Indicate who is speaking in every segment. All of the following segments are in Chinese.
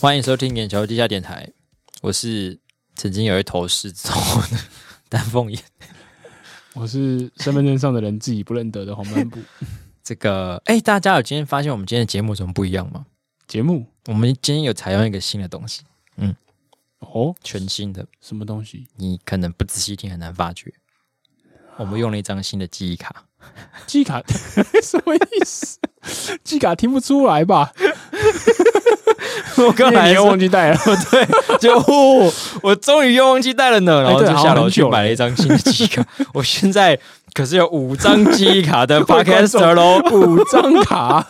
Speaker 1: 欢迎收听眼球地下电台，我是曾经有一头失踪的丹凤眼。
Speaker 2: 我是身份证上的人自己不认得的黄斑 部
Speaker 1: 这个，哎、大家有今天发现我们今天的节目怎么不一样吗？
Speaker 2: 节目
Speaker 1: 我们今天有采用一个新的东西，
Speaker 2: 哦，
Speaker 1: 全新的，
Speaker 2: 什么东西？
Speaker 1: 你可能不仔细听很难发觉。我们用了一张新的记忆卡，
Speaker 2: 机卡 什么意思？机卡听不出来吧？
Speaker 1: 我刚
Speaker 2: 因为
Speaker 1: 才
Speaker 2: 你又
Speaker 1: 说
Speaker 2: 忘记带了，
Speaker 1: 就、哦、我终于又忘记带了呢，然后就
Speaker 2: 对好
Speaker 1: 下
Speaker 2: 像
Speaker 1: 楼
Speaker 2: 很
Speaker 1: 去
Speaker 2: 久了
Speaker 1: 买了一张新的记忆卡。我现在可是有五张记忆卡 的 Podcaster 喽，
Speaker 2: 五张卡。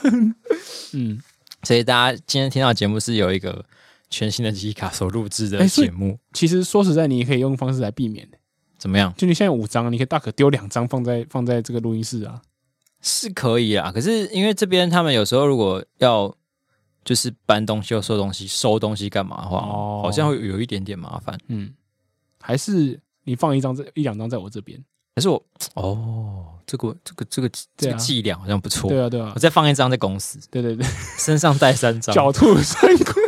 Speaker 2: 嗯，
Speaker 1: 所以大家今天听到的节目是有一个全新的记忆卡所录制的
Speaker 2: 哎所以
Speaker 1: 节目，
Speaker 2: 其实说实在，你也可以用方式来避免。
Speaker 1: 怎么样？
Speaker 2: 就你现在有五张，你可以大可丢两张放在放在这个录音室啊。
Speaker 1: 是可以啊，可是因为这边他们有时候如果要就是搬东西、又收东西、收东西干嘛的话，
Speaker 2: 哦
Speaker 1: 好像会有一点点麻烦。
Speaker 2: 嗯，还是你放一张这一两张在我这边。
Speaker 1: 可是我哦，这个这个这个这
Speaker 2: 对
Speaker 1: 个
Speaker 2: 啊
Speaker 1: 伎俩好像不错。
Speaker 2: 对啊，对啊
Speaker 1: 我，再放一张在公司，
Speaker 2: 对 对对，
Speaker 1: 身上带三张，
Speaker 2: 狡兔三窟。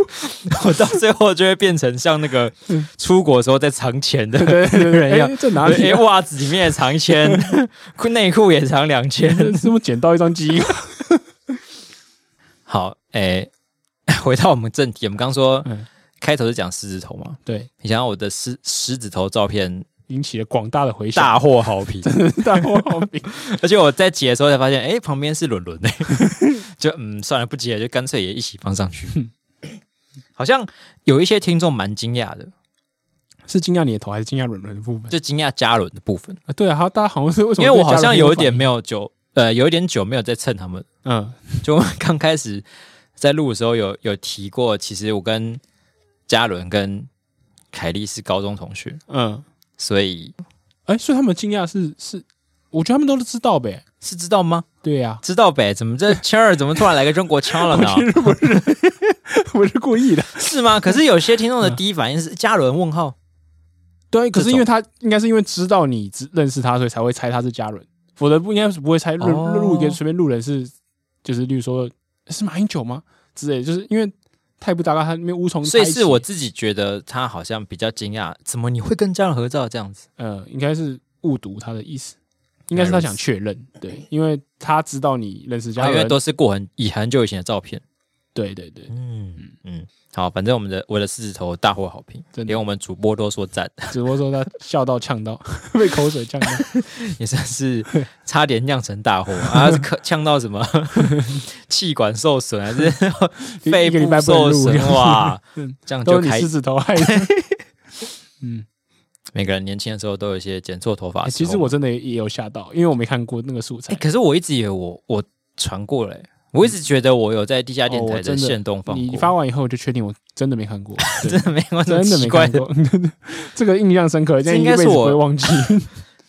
Speaker 1: 我到最后就会变成像那个出国的时候在藏钱的
Speaker 2: 嗯对对对
Speaker 1: 人一
Speaker 2: 对，
Speaker 1: 样。
Speaker 2: 哎，这 哪
Speaker 1: 对
Speaker 2: 里
Speaker 1: 诶
Speaker 2: 啊？
Speaker 1: 袜子里面也藏一 千，裤内裤也藏两千。
Speaker 2: 这么捡到一张机卡？
Speaker 1: 好，哎、 回到我们正题，我们刚说、
Speaker 2: 嗯
Speaker 1: 开头是讲狮子头嘛，
Speaker 2: 对，
Speaker 1: 你想想我的狮狮子头照片
Speaker 2: 引起了广大的回响。
Speaker 1: 大获好评，
Speaker 2: 大我好评。
Speaker 1: 而且我在截的时候才发现，哎、旁边是伦伦哎， 就嗯算了不截了，就干脆也一起放上去。 好像有一些听众蛮惊讶的，
Speaker 2: 是惊讶你的头，还是惊讶软软的部分？
Speaker 1: 就惊讶嘉伦的部分，
Speaker 2: 啊对啊，他大家好像是为什
Speaker 1: 因
Speaker 2: 么？
Speaker 1: 为我好像有一点，没有久，呃，有一点久没有在蹭他们，
Speaker 2: 嗯，
Speaker 1: 就我们刚开始在录的时候有有提过，其实我跟嘉伦跟凯莉是高中同学，
Speaker 2: 嗯，
Speaker 1: 所以
Speaker 2: 哎、所以他们惊讶是是，我觉得他们都知道呗。
Speaker 1: 是知道吗？
Speaker 2: 对啊呀、
Speaker 1: 知道呗？怎么 这圈儿怎么突然来个中国腔了呢？
Speaker 2: 我是 故 意的。
Speaker 1: 是吗？可是有些听众的
Speaker 2: 嗯
Speaker 1: 第一反应是嘉伦问号，
Speaker 2: 对，可是因为他应该是因为知道你知认识他，所以才会猜他是嘉伦，否则不应该是不会猜路
Speaker 1: 哦
Speaker 2: 路一个随便路人是，就是例如说是马英九吗之类的，就是因为太不搭嘎，他那边无从猜
Speaker 1: 所
Speaker 2: 起。
Speaker 1: 以是我自己觉得他好像比较惊讶，怎么你会跟嘉伦合照这样子？
Speaker 2: 呃，应该是误读他的意思，应该是他想确认，对，因为他知道你认识嘉
Speaker 1: 啊因
Speaker 2: 伦，
Speaker 1: 为都是过很以很久以前的照片。
Speaker 2: 对 对对，
Speaker 1: 嗯嗯，好，反正我们的我的狮子头大获好评，
Speaker 2: 真的
Speaker 1: 连我们主播都说 赞，
Speaker 2: 只不过说他笑到呛到， 被口水 呛到。
Speaker 1: 也算是差点酿成大祸啊！可呛到 什么气管受损还是肺
Speaker 2: 一个礼
Speaker 1: 部
Speaker 2: 拜不能
Speaker 1: 受
Speaker 2: 录
Speaker 1: 损哇
Speaker 2: 嗯？
Speaker 1: 这样就
Speaker 2: 都是你
Speaker 1: 开
Speaker 2: 狮子头害 的。嗯、
Speaker 1: 每个人年轻的时候都有一些剪错头发
Speaker 2: 欸
Speaker 1: 的时
Speaker 2: 其
Speaker 1: 候。
Speaker 2: 实我真的也有吓到，因为我没看过那个素材
Speaker 1: 啊哎、。可是我一直以为我我传过嘞、我一直觉得我有在地下电
Speaker 2: 哦我
Speaker 1: 台
Speaker 2: 真的
Speaker 1: 线动放过，
Speaker 2: 你 发完以后，我就确定我真的没看过，对
Speaker 1: 真的没有
Speaker 2: 真的没
Speaker 1: 奇怪
Speaker 2: 看
Speaker 1: 的，
Speaker 2: 过， 这个印象深刻，这
Speaker 1: 这应
Speaker 2: 样一
Speaker 1: 该
Speaker 2: 辈
Speaker 1: 是
Speaker 2: 子不
Speaker 1: 我
Speaker 2: 会忘记。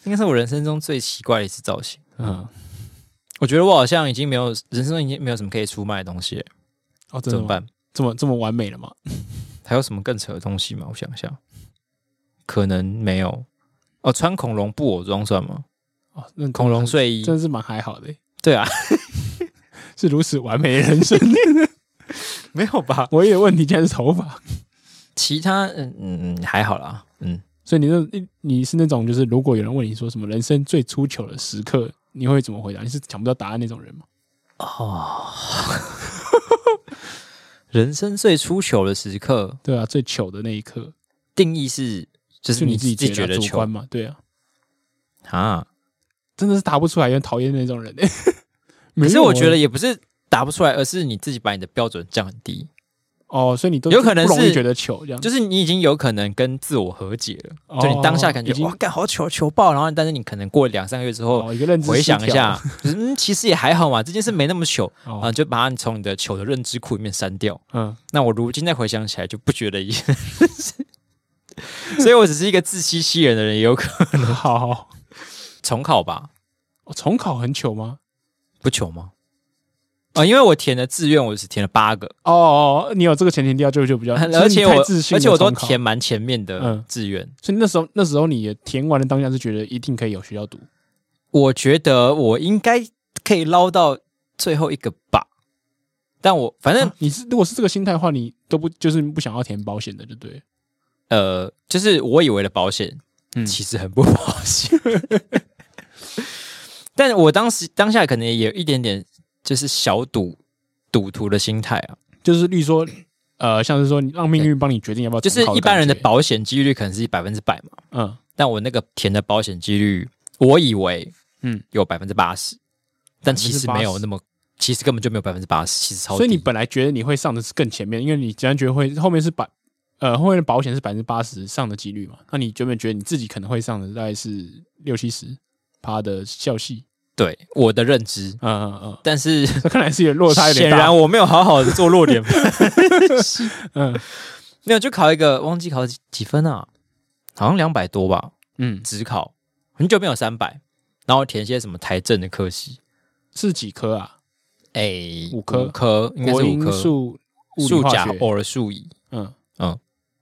Speaker 1: 应该是我人生中最奇怪的一次造型。
Speaker 2: 嗯，
Speaker 1: 我觉得我好像已经没有人生中已经没有什么可以出卖的东西了，
Speaker 2: 哦，真
Speaker 1: 怎
Speaker 2: 的
Speaker 1: 么
Speaker 2: 吗？
Speaker 1: 办？
Speaker 2: 这么这么完美了吗？
Speaker 1: 还有什么更扯的东西吗？我想一下，可能没有。哦，穿恐龙布偶装算吗？
Speaker 2: 哦，那
Speaker 1: 恐龙睡衣，
Speaker 2: 真的是蛮还好的、欸
Speaker 1: 对啊，
Speaker 2: 是如此完美的人生。
Speaker 1: 没有吧？
Speaker 2: 唯一的问题竟然是头发，
Speaker 1: 其他嗯嗯嗯还好啦，嗯，
Speaker 2: 所以你那你你是那种就是如果有人问你说什么人生最出糗的时刻，你会怎么回答？你是想不到答案那种人吗？
Speaker 1: 哦人生最出糗的时刻，
Speaker 2: 对啊，最糗的那一刻，
Speaker 1: 定义是就是
Speaker 2: 就你
Speaker 1: 自
Speaker 2: 自己
Speaker 1: 己
Speaker 2: 觉
Speaker 1: 觉
Speaker 2: 得
Speaker 1: 得
Speaker 2: 主
Speaker 1: 糗
Speaker 2: 观嘛，对啊，
Speaker 1: 啊。
Speaker 2: 真的是答不出来，也很讨厌那种人。 啊
Speaker 1: 可
Speaker 2: 可
Speaker 1: 是我觉得也不是答不出来，而是你自己把你的标准降很低，
Speaker 2: 哦，所以你都
Speaker 1: 有可能
Speaker 2: 不容易
Speaker 1: 是
Speaker 2: 觉得糗这样，
Speaker 1: 就是你已经有可能跟自我和解了，
Speaker 2: 嗯哦
Speaker 1: 就你当下感觉
Speaker 2: 已经
Speaker 1: 哇，干好糗糗爆，然后但是你可能过两三个月之后。
Speaker 2: 哦一个认知
Speaker 1: 回
Speaker 2: 失
Speaker 1: 想一
Speaker 2: 调
Speaker 1: 下，就是嗯，其实也还好嘛，这件事没那么糗啊、
Speaker 2: 哦，
Speaker 1: 就把它从你的糗的认知库里面删掉。
Speaker 2: 嗯，
Speaker 1: 那我如今再回想起来，就不觉得一， 所以我只是一个自欺欺人的人，也有可能
Speaker 2: 好好，
Speaker 1: 重考吧，
Speaker 2: 哦重考很糗吗？
Speaker 1: 不糗吗？啊、因为我填的志愿我只填了八个，
Speaker 2: 哦哦，哦你有这个前提调就就比较，
Speaker 1: 而且
Speaker 2: 呃所以
Speaker 1: 我
Speaker 2: 你太自信
Speaker 1: 而
Speaker 2: 了
Speaker 1: 且我都
Speaker 2: 重考
Speaker 1: 填，蛮前面的
Speaker 2: 嗯
Speaker 1: 志愿。
Speaker 2: 所以那时候那时候你也填完的当下是觉得一定可以有学校读，
Speaker 1: 我觉得我应该可以捞到最后一个吧，但我反正、
Speaker 2: 啊你是如果是这个心态的话，你都不就是不想要填保险的，就对了。
Speaker 1: 呃，就是我以为的保险，
Speaker 2: 嗯
Speaker 1: 其实很不保险。 但我当时当下可能也有一点点就是小赌赌徒的心态啊，
Speaker 2: 就是例如说，呃，像是说你让命运帮你决定要不要
Speaker 1: 就
Speaker 2: 重
Speaker 1: 是
Speaker 2: 考的
Speaker 1: 一般人的
Speaker 2: 感觉，
Speaker 1: 保险几率可能是百分之百嘛，
Speaker 2: 嗯，
Speaker 1: 但我那个填的保险几率，我以为
Speaker 2: 嗯
Speaker 1: 嗯有百分之八十，但其实没有那么，其实根本就没有百分之八十，其实超低。
Speaker 2: 所以你本来觉得你会上的是更前面，因为你既然觉得会后面是百，呃，后面的保险是百分之八十上的几率嘛，那你原本觉得你自己可能会上的大概是六七十趴的效系，
Speaker 1: 对我的认知，
Speaker 2: 嗯嗯嗯，
Speaker 1: 但是
Speaker 2: 这 看来是有 落差有
Speaker 1: 显
Speaker 2: 点大，
Speaker 1: 然我没有好好的做落 点，
Speaker 2: 嗯
Speaker 1: 没有就考一个忘记考几几分啊，好像两百多吧，
Speaker 2: 嗯，
Speaker 1: 只考很久没有三百，然后填一些什么台政的科系，
Speaker 2: 是几科啊？
Speaker 1: 哎、
Speaker 2: 五科
Speaker 1: 五科应该
Speaker 2: 国
Speaker 1: 是五
Speaker 2: 英
Speaker 1: 科，
Speaker 2: 数物理
Speaker 1: 数
Speaker 2: 化
Speaker 1: 甲
Speaker 2: 学
Speaker 1: 偶尔数乙，
Speaker 2: 嗯，
Speaker 1: 嗯，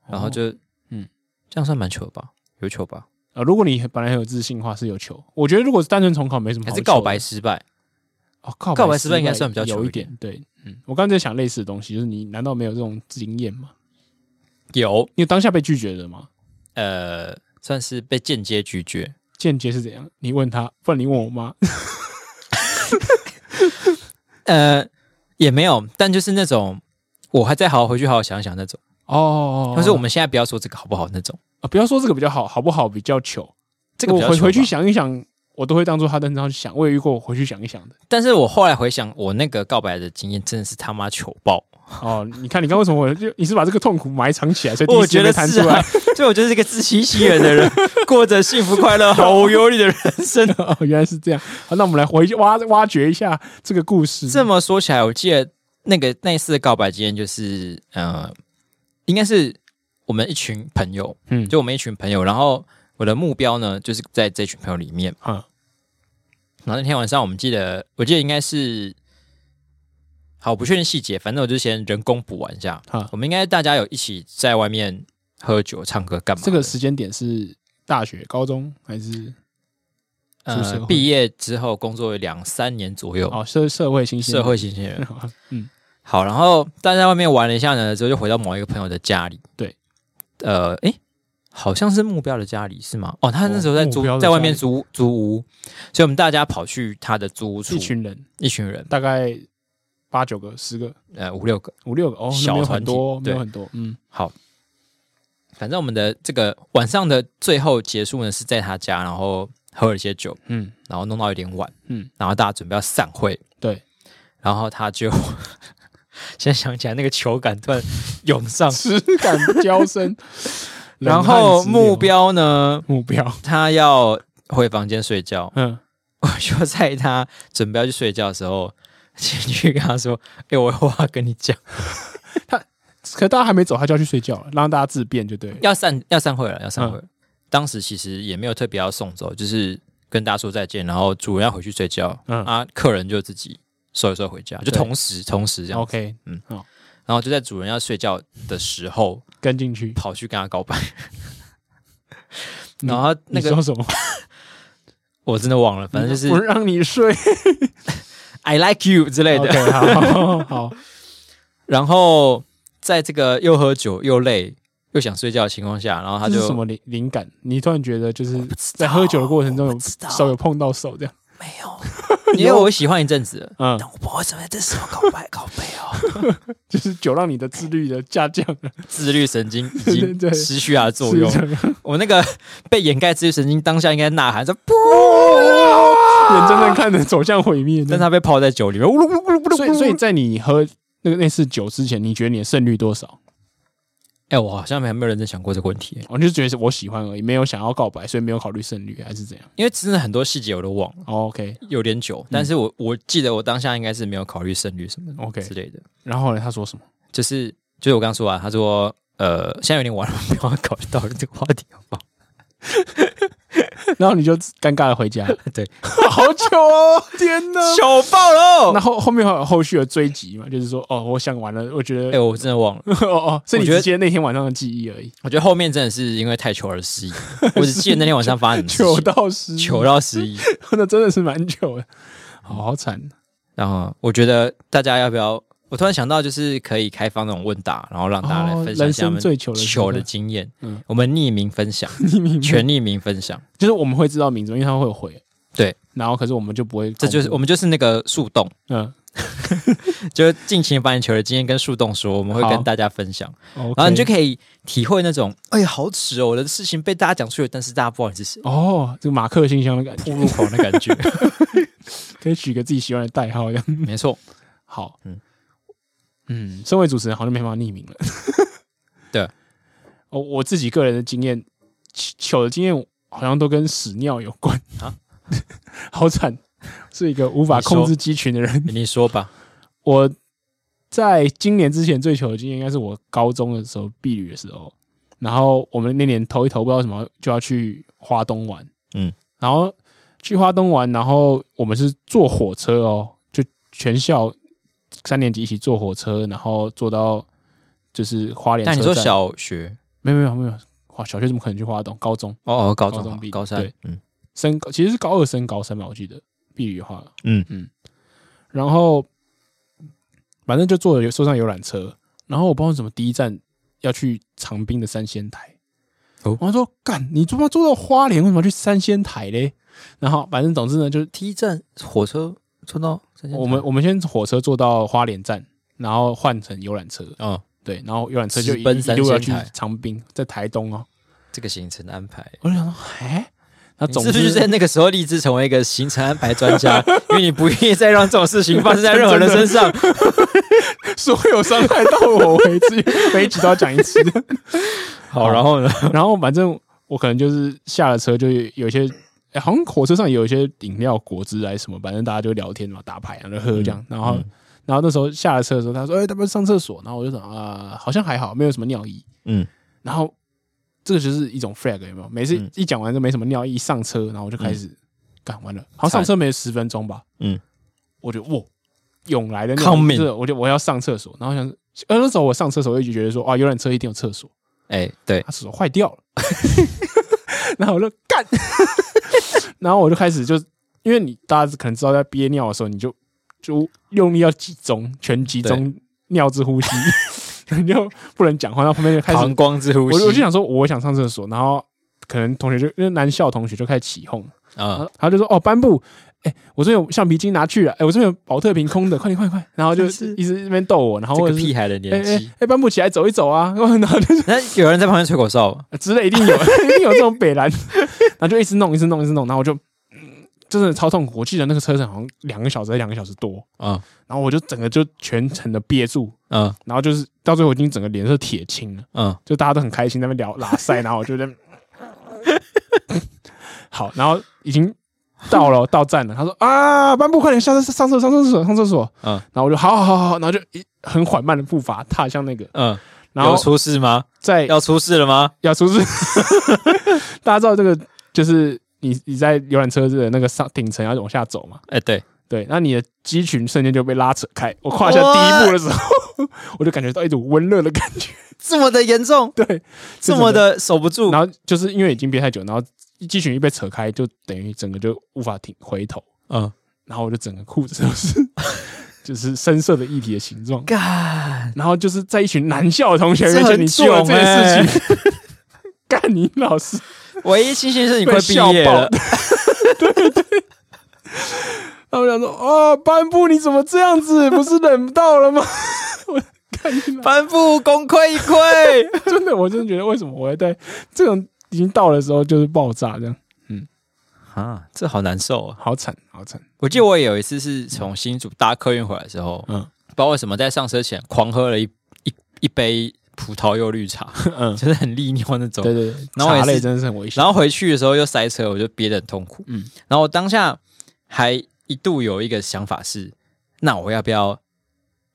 Speaker 1: 然后
Speaker 2: 哦
Speaker 1: 就
Speaker 2: 嗯
Speaker 1: 嗯，这样算蛮糗的吧，有糗吧？
Speaker 2: 呃，如果你本来很有自信的话，是有球。我觉得如果是单纯重考没什么
Speaker 1: 还
Speaker 2: 好球
Speaker 1: 是
Speaker 2: 的，
Speaker 1: 告白失败？
Speaker 2: 哦，告
Speaker 1: 告白
Speaker 2: 失
Speaker 1: 失败应该算比较
Speaker 2: 有
Speaker 1: 球
Speaker 2: 一
Speaker 1: 一点
Speaker 2: 点。对，嗯，我刚才在想类似的东西，就是你难道没有这种经验吗？
Speaker 1: 有，
Speaker 2: 你有当下被拒绝的吗？
Speaker 1: 呃，算是被间接拒绝。
Speaker 2: 间接是怎样？你问他，不然你问我妈。
Speaker 1: 呃，也没有，但就是那种我还再好好回去好好想想那种。
Speaker 2: 哦，
Speaker 1: 但是我们现在不要说这个好不好那种，
Speaker 2: 啊，不要说这个比较好，好不好比较糗。
Speaker 1: 这个比较
Speaker 2: 我回
Speaker 1: 糗吧
Speaker 2: 回去。想一想，我都会当做他当场去想。我也遇过，我回去想一想的。
Speaker 1: 但是我后来回想，我那个告白的经验真的是他妈糗爆，
Speaker 2: 哦，你看，你刚为什么我就你是把这个痛苦埋藏起来，所以第一
Speaker 1: 我
Speaker 2: 时间
Speaker 1: 觉
Speaker 2: 被
Speaker 1: 得
Speaker 2: 弹
Speaker 1: 是
Speaker 2: 出来
Speaker 1: 啊。，所以我就是一个自欺欺人的人，过着幸福快乐、毫无忧虑的人生。
Speaker 2: 哦，原来是这样。好，那我们来回去挖挖掘一下这个故事。
Speaker 1: 这么说起来，我记得那个那一次的告白经验就是，呃，应该是我们一群朋友，
Speaker 2: 嗯
Speaker 1: 就我们一群朋友，然后我的目标呢，就是在这群朋友里面。
Speaker 2: 啊，
Speaker 1: 然后那天晚上，我们记得，我记得应该是，好，我不确定细节，反正我就先人工补完一下。
Speaker 2: 啊
Speaker 1: 我们应该大家有一起在外面喝酒、唱歌干嘛的？
Speaker 2: 这个时间点是大学、高中还是出社
Speaker 1: 呃
Speaker 2: 会，
Speaker 1: 毕业之后工作两三年左右，
Speaker 2: 哦社社会新鲜
Speaker 1: 社会新鲜人。
Speaker 2: 嗯
Speaker 1: 好，然后大家在外面玩了一下呢，之后就回到某一个朋友的家里。
Speaker 2: 对，
Speaker 1: 呃，诶，好像是目标的家里是吗？哦，他那时候在
Speaker 2: 哦目
Speaker 1: 租，
Speaker 2: 标的家
Speaker 1: 在
Speaker 2: 里
Speaker 1: 外面租租屋，所以我们大家跑去他的租屋处，
Speaker 2: 一群人
Speaker 1: 一群人，
Speaker 2: 大概八九个、十个、
Speaker 1: 呃，五六个。
Speaker 2: 五六个哦，那
Speaker 1: 小
Speaker 2: 没有
Speaker 1: 团
Speaker 2: 很
Speaker 1: 体
Speaker 2: 多，没有
Speaker 1: 对
Speaker 2: 很多，嗯
Speaker 1: 好，反正我们的这个晚上的最后结束呢，是在他家，然后喝了一些酒，
Speaker 2: 嗯
Speaker 1: 然后弄到有点晚，
Speaker 2: 嗯，
Speaker 1: 然后大家准备要散会，
Speaker 2: 对，，
Speaker 1: 然后他就现在想起来那个球感突然涌上
Speaker 2: 实感交生。
Speaker 1: 啊 然
Speaker 2: 冷汗
Speaker 1: 后
Speaker 2: 直流
Speaker 1: 目标呢，
Speaker 2: 目标，
Speaker 1: 他要回房间睡觉，
Speaker 2: 嗯，
Speaker 1: 我就在他准备要去睡觉的时候。进去跟他说：“哎、我有话跟你讲，
Speaker 2: 可大家还没走，他就要去睡觉了，让大家自便就对了。
Speaker 1: 要散要散会了，要散会了。嗯当时其实也没有特别要送走，就是跟大家说再见，然后主人要回去睡觉，
Speaker 2: 嗯
Speaker 1: 啊，客人就自己收一收回家，就
Speaker 2: 对
Speaker 1: 同时同时这样。
Speaker 2: OK，
Speaker 1: 然后就在主人要睡觉的时候，
Speaker 2: 跟进去。
Speaker 1: 跑去跟他告白。
Speaker 2: 你
Speaker 1: 然后他那
Speaker 2: 你
Speaker 1: 个
Speaker 2: 说什么？
Speaker 1: 我真的忘了，反正就是
Speaker 2: 我让你睡。
Speaker 1: I like you 之类的。
Speaker 2: OK，好 好，
Speaker 1: 然后在这个又喝酒又累又想睡觉的情况下，然后他
Speaker 2: 这是什
Speaker 1: 就
Speaker 2: 么灵灵感？你突然觉得就是
Speaker 1: 知道
Speaker 2: 在喝酒的过程中有
Speaker 1: 知道
Speaker 2: 手有碰到手这样，
Speaker 1: 没 有，因为我喜欢一阵子了，
Speaker 2: 嗯，
Speaker 1: 但我不会怎么在这时候告白告白哦。
Speaker 2: 就是酒让你的自律的下降了，
Speaker 1: 自律神经已
Speaker 2: 对对
Speaker 1: 经失去它的作用
Speaker 2: 是。这样
Speaker 1: 我那个被掩盖自律神经当下应该呐喊着不，
Speaker 2: 眼睁睁看着走向毁 灭。
Speaker 1: 但他被泡在酒里面，呜噜呜噜呜噜呜噜
Speaker 2: 所以所以在你喝那个那次酒之前，你觉得你的胜率多少？
Speaker 1: 哎，我好像还没有认真想过这个问题，
Speaker 2: 我就觉得是我喜欢而已，没有想要告白，所以没有考虑胜率还是怎样。哦
Speaker 1: 因为真的很多细节我都忘了，
Speaker 2: OK
Speaker 1: 有点久。但
Speaker 2: 嗯
Speaker 1: 是我我记得我当下应该是没有考虑胜率什么
Speaker 2: 哦 OK，
Speaker 1: 之类的，
Speaker 2: 然后呢？他说什么？
Speaker 1: 就是就是我刚说啊，他说呃，现在有点晚了，不要考虑到这个话题好不好？
Speaker 2: 然后你就尴尬的回家，
Speaker 1: 对，
Speaker 2: 好久哦，天哪！
Speaker 1: 糗爆
Speaker 2: 那
Speaker 1: 了！
Speaker 2: 后后面还有后续的追击嘛？就是说，哦，我想完了，我觉得
Speaker 1: 哎，，我真的忘了，
Speaker 2: 哦哦，所以你
Speaker 1: 我觉得
Speaker 2: 只记得那天晚上的记忆而已，
Speaker 1: 我觉得后面真的是因为太糗而失 忆，我只记得那天晚上发生什么
Speaker 2: 糗
Speaker 1: 事情，
Speaker 2: 到失忆，
Speaker 1: 糗到失忆。
Speaker 2: 那真的是蛮糗的，好好惨。
Speaker 1: 然后我觉得大家要不要我突然想到，就是可以开放那种问答，然后让大家来
Speaker 2: 哦
Speaker 1: 分享一
Speaker 2: 人
Speaker 1: 下我
Speaker 2: 生
Speaker 1: 们
Speaker 2: 最糗的
Speaker 1: 糗的
Speaker 2: 时刻
Speaker 1: 经验。
Speaker 2: 嗯
Speaker 1: 我们匿名分享，
Speaker 2: 匿名
Speaker 1: 全匿名分享，
Speaker 2: 就是我们会知道名字，因为他会有回。
Speaker 1: 对，
Speaker 2: 然后可是我们就不会公布，
Speaker 1: 这就是我们就是那个树洞，
Speaker 2: 嗯，
Speaker 1: 就是尽情把你糗的经验跟树洞说，我们会
Speaker 2: 好
Speaker 1: 跟大家分享，
Speaker 2: 然
Speaker 1: 然后你就可以体会那种，哎呀，好耻哦，我的事情被大家讲出来，但是大家不知道你是谁，
Speaker 2: 哦，这个马克信箱的感觉，
Speaker 1: 铺路狂的感觉。
Speaker 2: 可以取个自己喜欢的代号这样。
Speaker 1: 没错，
Speaker 2: 好，嗯
Speaker 1: 嗯
Speaker 2: 嗯，身为主持人好像没办法匿名了。
Speaker 1: 对，
Speaker 2: 哦，我自己个人的经验，糗糗的经验好像都跟屎尿有关
Speaker 1: 啊，
Speaker 2: 好惨，是一个无法
Speaker 1: 你说
Speaker 2: 控制鸡群的人。
Speaker 1: 你说吧。
Speaker 2: 我在今年之前最糗的经验，应该是我高中的时候避旅的时候，然后我们那年头一头不知道什么就要去花东玩，
Speaker 1: 嗯，
Speaker 2: 然后去花东玩，然后我们是坐火车哦，就全校三年级一起坐火车，然后坐到就是花莲车
Speaker 1: 但
Speaker 2: 站。
Speaker 1: 你说小学，
Speaker 2: 没有没有没有，哇，小学怎么可能去花东？高中
Speaker 1: 哦哦，高
Speaker 2: 高中
Speaker 1: 中
Speaker 2: 毕
Speaker 1: 好
Speaker 2: 业
Speaker 1: 高三
Speaker 2: 对，
Speaker 1: 嗯
Speaker 2: 升高其实是高二升高三吧，我记得避旅的话，
Speaker 1: 嗯
Speaker 2: 嗯，然后反正就坐了坐上游览车，然后我不知道为什么第一站要去长滨的三仙台，
Speaker 1: 哦
Speaker 2: 我说干，你他妈坐到花莲，为什么要去三仙台嘞？然后反正总之呢，就是
Speaker 1: ，T 站火车坐到三千
Speaker 2: 我们我们先火车坐到花莲站，然后换成游览车，
Speaker 1: 哦，
Speaker 2: 对，然后游览车就
Speaker 1: 直
Speaker 2: 一
Speaker 1: 奔
Speaker 2: 一
Speaker 1: 三
Speaker 2: 路要
Speaker 1: 仙
Speaker 2: 去
Speaker 1: 台
Speaker 2: 长滨，在台东哦，
Speaker 1: 这个行程的安排，
Speaker 2: 我就想说，哎，那
Speaker 1: 你
Speaker 2: 总
Speaker 1: 是不
Speaker 2: 之
Speaker 1: 是就在那个时候立志成为一个行程安排专 家？因为你不愿意再让这种事情发生在任何人身上。
Speaker 2: 所有伤害到 我为止，每一集都要讲一 次。
Speaker 1: 好，然后呢？
Speaker 2: 然后反正我可能就是下了车，就有一些、诶好像火车上有一些饮料、果汁还是什么，反正大家就聊天嘛，打牌然后喝这样。然后，然后那时候下了车的时候，他说：“哎、要不要上厕所？”然后我就想啊、好像还好，没有什么尿意。
Speaker 1: 嗯，
Speaker 2: 然后这个就是一种 flag，有没有？每次
Speaker 1: 嗯
Speaker 2: 一讲完就没什么尿意，上车然后我就开始干、完了，好像上车没有十分钟吧。
Speaker 1: 嗯，
Speaker 2: 我就哇，涌来的那种，
Speaker 1: Coming
Speaker 2: 就是我就我要上厕所，然后想，呃，那时候我上厕所我就觉得说，啊，游览车一定有厕所，啊
Speaker 1: 哎，对，
Speaker 2: 他厕所坏掉了， 然后我就干， 然后我就开始就，因为你大家可能知道，在憋尿的时候，你就就用力要集中，全集中尿之呼吸， 你就不能讲话，然后旁边就开始
Speaker 1: 膀胱之呼
Speaker 2: 我就我就
Speaker 1: 吸，
Speaker 2: 想说，我想上厕所，然后可能同学就因为男校同学就开始起哄，
Speaker 1: 啊，
Speaker 2: 然后就说：“哦，班布，哎、我这边有橡皮筋拿去了，哎、我这边有保特瓶空的，快点，快点，快点！”然后就
Speaker 1: 真是
Speaker 2: 一直在那边逗我，然后
Speaker 1: 这
Speaker 2: 我
Speaker 1: 个
Speaker 2: 就
Speaker 1: 屁
Speaker 2: 是
Speaker 1: 孩的
Speaker 2: 哎
Speaker 1: 年
Speaker 2: 哎
Speaker 1: 纪。
Speaker 2: 哎，班布起来走一走啊，然后就是 呃
Speaker 1: 那有人在旁边吹口哨吗？
Speaker 2: 之类，一定有， 一定有这种北蓝，然后就一直弄，一直弄，一直弄，然后我就。嗯真的超痛苦，我记得那个车程好像两个小时，还两个小时多，
Speaker 1: 啊
Speaker 2: 然后我就整个就全程的憋住，
Speaker 1: 嗯
Speaker 2: 然后就是到最后已经整个脸色铁青了。
Speaker 1: 嗯，
Speaker 2: 就大家都很开心在那边聊拉塞，然后我就在那边好，然后已经到 了到站了，他说啊，班布快点下车上厕所上厕所上厕所，
Speaker 1: 嗯
Speaker 2: 然后我就好好好好，然后就一很缓慢的步伐踏向那个，
Speaker 1: 嗯，
Speaker 2: 然
Speaker 1: 有
Speaker 2: 后
Speaker 1: 出事吗？
Speaker 2: 在
Speaker 1: 要出事了吗？
Speaker 2: 要出事， 大家知道这个就是你你在游览车的那个上顶层要往下走嘛，
Speaker 1: 哎，对，
Speaker 2: 对，那你的肌群瞬间就被拉扯开，我跨下第一步的时候， 我就感觉到一种温热的感觉，
Speaker 1: 这么的严重，
Speaker 2: 对，
Speaker 1: 这么的守不住
Speaker 2: 然，后就是因为已经憋太久，然后肌群一被扯开，就等于整个就无法挺回头，
Speaker 1: 嗯，
Speaker 2: 然后我就整个裤子都是 就是深色的液体的形状，
Speaker 1: 干，
Speaker 2: 然后就是在一群男校的同学面
Speaker 1: 这
Speaker 2: 前，
Speaker 1: 很欸
Speaker 2: 你做了这
Speaker 1: 囧
Speaker 2: 件事情，干你老师
Speaker 1: 唯一庆幸是你
Speaker 2: 被
Speaker 1: 快毕
Speaker 2: 笑
Speaker 1: 业
Speaker 2: 爆
Speaker 1: 了，，
Speaker 2: 他们想说啊，班布你怎么这样子？不是冷到了吗？ 我看你老
Speaker 1: 颁布功亏一篑。
Speaker 2: 真的，我真的觉得为什么我会在这种已经到的时候就是爆炸这样，
Speaker 1: 啊，这好难受啊！
Speaker 2: 好惨好惨，
Speaker 1: 我记得我有一次是从新竹搭客运回来的时候，
Speaker 2: 嗯
Speaker 1: 嗯，不知道为什么在上车前狂喝了一一一杯葡萄柚绿茶，
Speaker 2: 嗯，
Speaker 1: 就是很利尿那种。
Speaker 2: 对对对，
Speaker 1: 然后我也
Speaker 2: 茶类
Speaker 1: 是
Speaker 2: 真的是很危险，
Speaker 1: 然后回去的时候又塞车，我就憋得很痛苦。
Speaker 2: 嗯
Speaker 1: 嗯，然后我当下还一度有一个想法是，那我要不要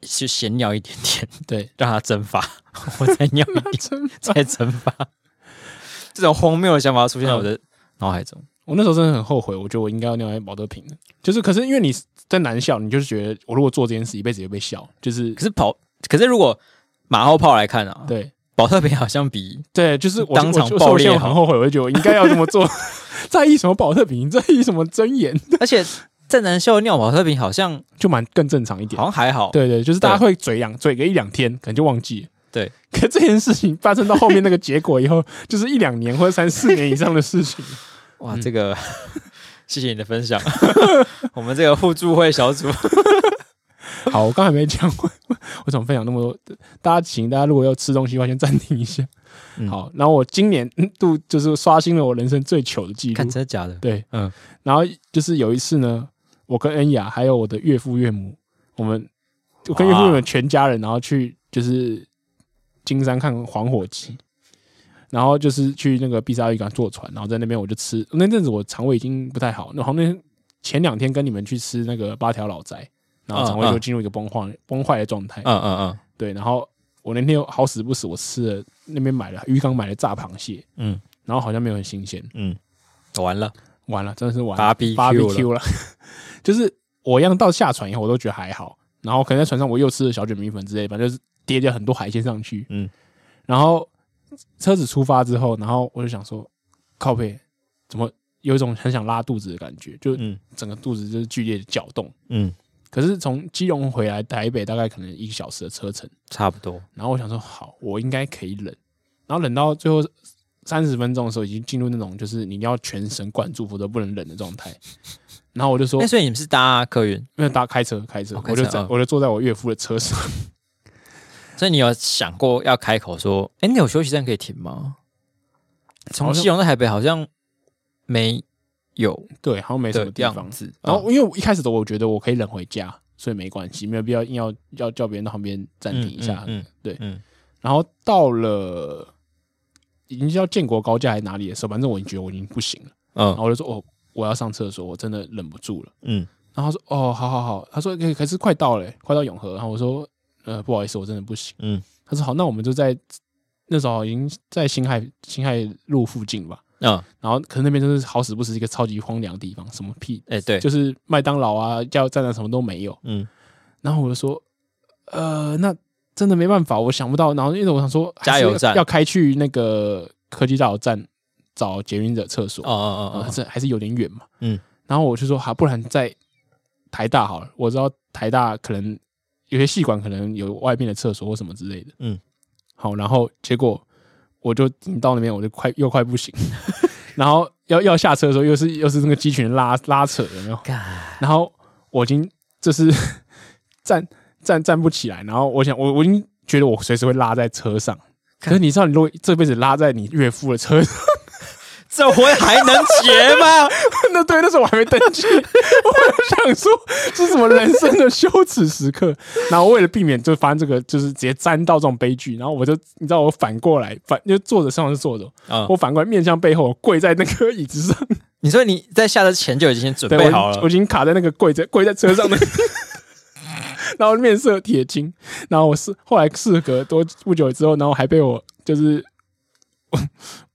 Speaker 1: 就先尿一点点，
Speaker 2: 对。
Speaker 1: 让它蒸发， 我再尿一点，
Speaker 2: 真
Speaker 1: 再蒸发。 嗯这种荒谬的想法出现在我的脑海中。
Speaker 2: 我那时候真的很后悔，我觉得我应该要尿在保特瓶的。就是，可是因为你在男校，你就是觉得我如果做这件事，一辈子也被笑。就是
Speaker 1: 可是跑，可是如果马后炮来看啊，
Speaker 2: 对
Speaker 1: 保特瓶好像比
Speaker 2: 对，就是我
Speaker 1: 当场
Speaker 2: 我我
Speaker 1: 爆裂
Speaker 2: 我现在很后悔，我就觉得我应该要这么做。在意什么保特瓶？在意什么尊严？
Speaker 1: 而且正男秀尿跑特瓶好像
Speaker 2: 就蛮更正常一点
Speaker 1: 好。像还好，
Speaker 2: 对对，就是大家会嘴两嘴个一两天，可能就忘记了。
Speaker 1: 对，
Speaker 2: 可这件事情发生到后面那个结果以后，就是一两年或者三四年以上的事情。
Speaker 1: 哇，这个 谢谢你的 分享，我们这个互助会小组
Speaker 2: 好，我刚才没讲，我我怎么分享那么多？大家请大家如果要吃东西的话，先暂停一下。
Speaker 1: 嗯
Speaker 2: 好，然后我今年嗯度就是刷新了我人生最糗的记录
Speaker 1: 看。真的假的？
Speaker 2: 对，
Speaker 1: 嗯，
Speaker 2: 然后就是有一次呢，我跟恩雅还有我的岳父岳母，我们我跟岳父岳母全家人，然后去就是金山看黄火鸡，然后就是去那个碧沙渔港坐船，然后在那边我就吃。那阵子我肠胃已经不太好，然后那前两天跟你们去吃那个八条老宅，然后肠胃
Speaker 1: 嗯
Speaker 2: 就
Speaker 1: 嗯
Speaker 2: 进入一个崩坏崩坏的状态。
Speaker 1: 嗯嗯
Speaker 2: 对，然后我那天又好死不死，我吃了那边买了鱼缸买了炸螃蟹，
Speaker 1: 嗯
Speaker 2: 然后好像没有很新鲜，
Speaker 1: 嗯嗯，完了
Speaker 2: 完了，真的是完了。
Speaker 1: ，BBQ
Speaker 2: 芭比 Q
Speaker 1: 了，
Speaker 2: 了， 就是我一样到下船以后，我都觉得还好。然后可能在船上我又吃了小卷米粉之类，反正就是叠了很多海鲜上去。
Speaker 1: 嗯，
Speaker 2: 然后车子出发之后，然后我就想说，靠背怎么有一种很想拉肚子的感觉，就
Speaker 1: 嗯
Speaker 2: 整个肚子就是剧烈的搅动。
Speaker 1: 嗯，
Speaker 2: 可是从基隆回来台北大概可能一个小时的车程，
Speaker 1: 差不多，
Speaker 2: 然后我想说，好，我应该可以忍。然后忍到最后三十分钟的时候，已经进入那种就是你一定要全神贯注，否则不能忍的状态。然后我就说
Speaker 1: 哎，，所以你们是搭客运，
Speaker 2: 没有搭开车，开车，
Speaker 1: 哦开
Speaker 2: 我就
Speaker 1: 车
Speaker 2: 在、
Speaker 1: 嗯
Speaker 2: 我就坐在我岳父的车上，
Speaker 1: 所以你有想过要开口说，哎，你有休息站可以停吗？从
Speaker 2: 好像
Speaker 1: 基隆到台北好像没有
Speaker 2: 对，好像没什
Speaker 1: 的
Speaker 2: 么地方
Speaker 1: 样。子，
Speaker 2: 然
Speaker 1: 嗯
Speaker 2: 后因为哦我一开始的我觉得我可以忍回家，所以没关系，没有必要硬要要叫别人到旁边暂停一下。
Speaker 1: 嗯，嗯
Speaker 2: 对
Speaker 1: 嗯
Speaker 2: 然后到了已经叫建国高架还是哪里的时候，反正我已经觉得我已经不行了，然
Speaker 1: 嗯
Speaker 2: 后我就说哦，我要上厕所，我真的忍不住了。
Speaker 1: 嗯
Speaker 2: 然后他说哦，好好好，他说可可是快到了、欸快到永和。然后我说呃不好意思，我真的不行。
Speaker 1: 嗯
Speaker 2: 他说好，那我们就在那时候已经在新海新海路附近吧。
Speaker 1: 嗯，
Speaker 2: 然后可是那边真是好死不死一个超级荒凉的地方，什么屁，
Speaker 1: 哎对，
Speaker 2: 就是麦当劳啊、加油站啊什么都没有。
Speaker 1: 嗯，
Speaker 2: 然后我就说，呃，那真的没办法，我想不到。然后因为我想说，还是
Speaker 1: 加油
Speaker 2: 要
Speaker 1: 站
Speaker 2: 要开去那个科技大楼站找捷运的厕所，
Speaker 1: 哦哦
Speaker 2: 啊
Speaker 1: 哦，哦，
Speaker 2: 这还是有点远嘛。
Speaker 1: 嗯，
Speaker 2: 然后我就说，好，不然在台大好了，我知道台大可能有些系馆可能有外面的厕所或什么之类的。
Speaker 1: 嗯，
Speaker 2: 好，然后结果我就已经到那边，我就快又快不行， 然后要要下车的时候，又是又是那个机群拉拉扯，有没有？
Speaker 1: 干
Speaker 2: 然后我已经就是 站站站不起来，然后我想我我已经觉得我随时会拉在车上。可是你知道，你如果这辈子拉在你岳父的车上，
Speaker 1: 这回还能结 吗？
Speaker 2: 那对，那时候我还没登记，我想说这是什么人生的羞耻时刻。然后为了避免就发生这个，就是直接沾到这种悲剧，然后我就你知道我反过来反就坐着上是坐着，
Speaker 1: 啊、
Speaker 2: 我反过来面向背后，我跪在那个椅子上，
Speaker 1: 你说你在下车前就已经先准
Speaker 2: 对
Speaker 1: 备
Speaker 2: 我
Speaker 1: 好
Speaker 2: 已我
Speaker 1: 了
Speaker 2: 已经卡在那个跪在跪在车上的， 然后面色铁青，然后我是后来事隔多不久之后，然后还被我就是我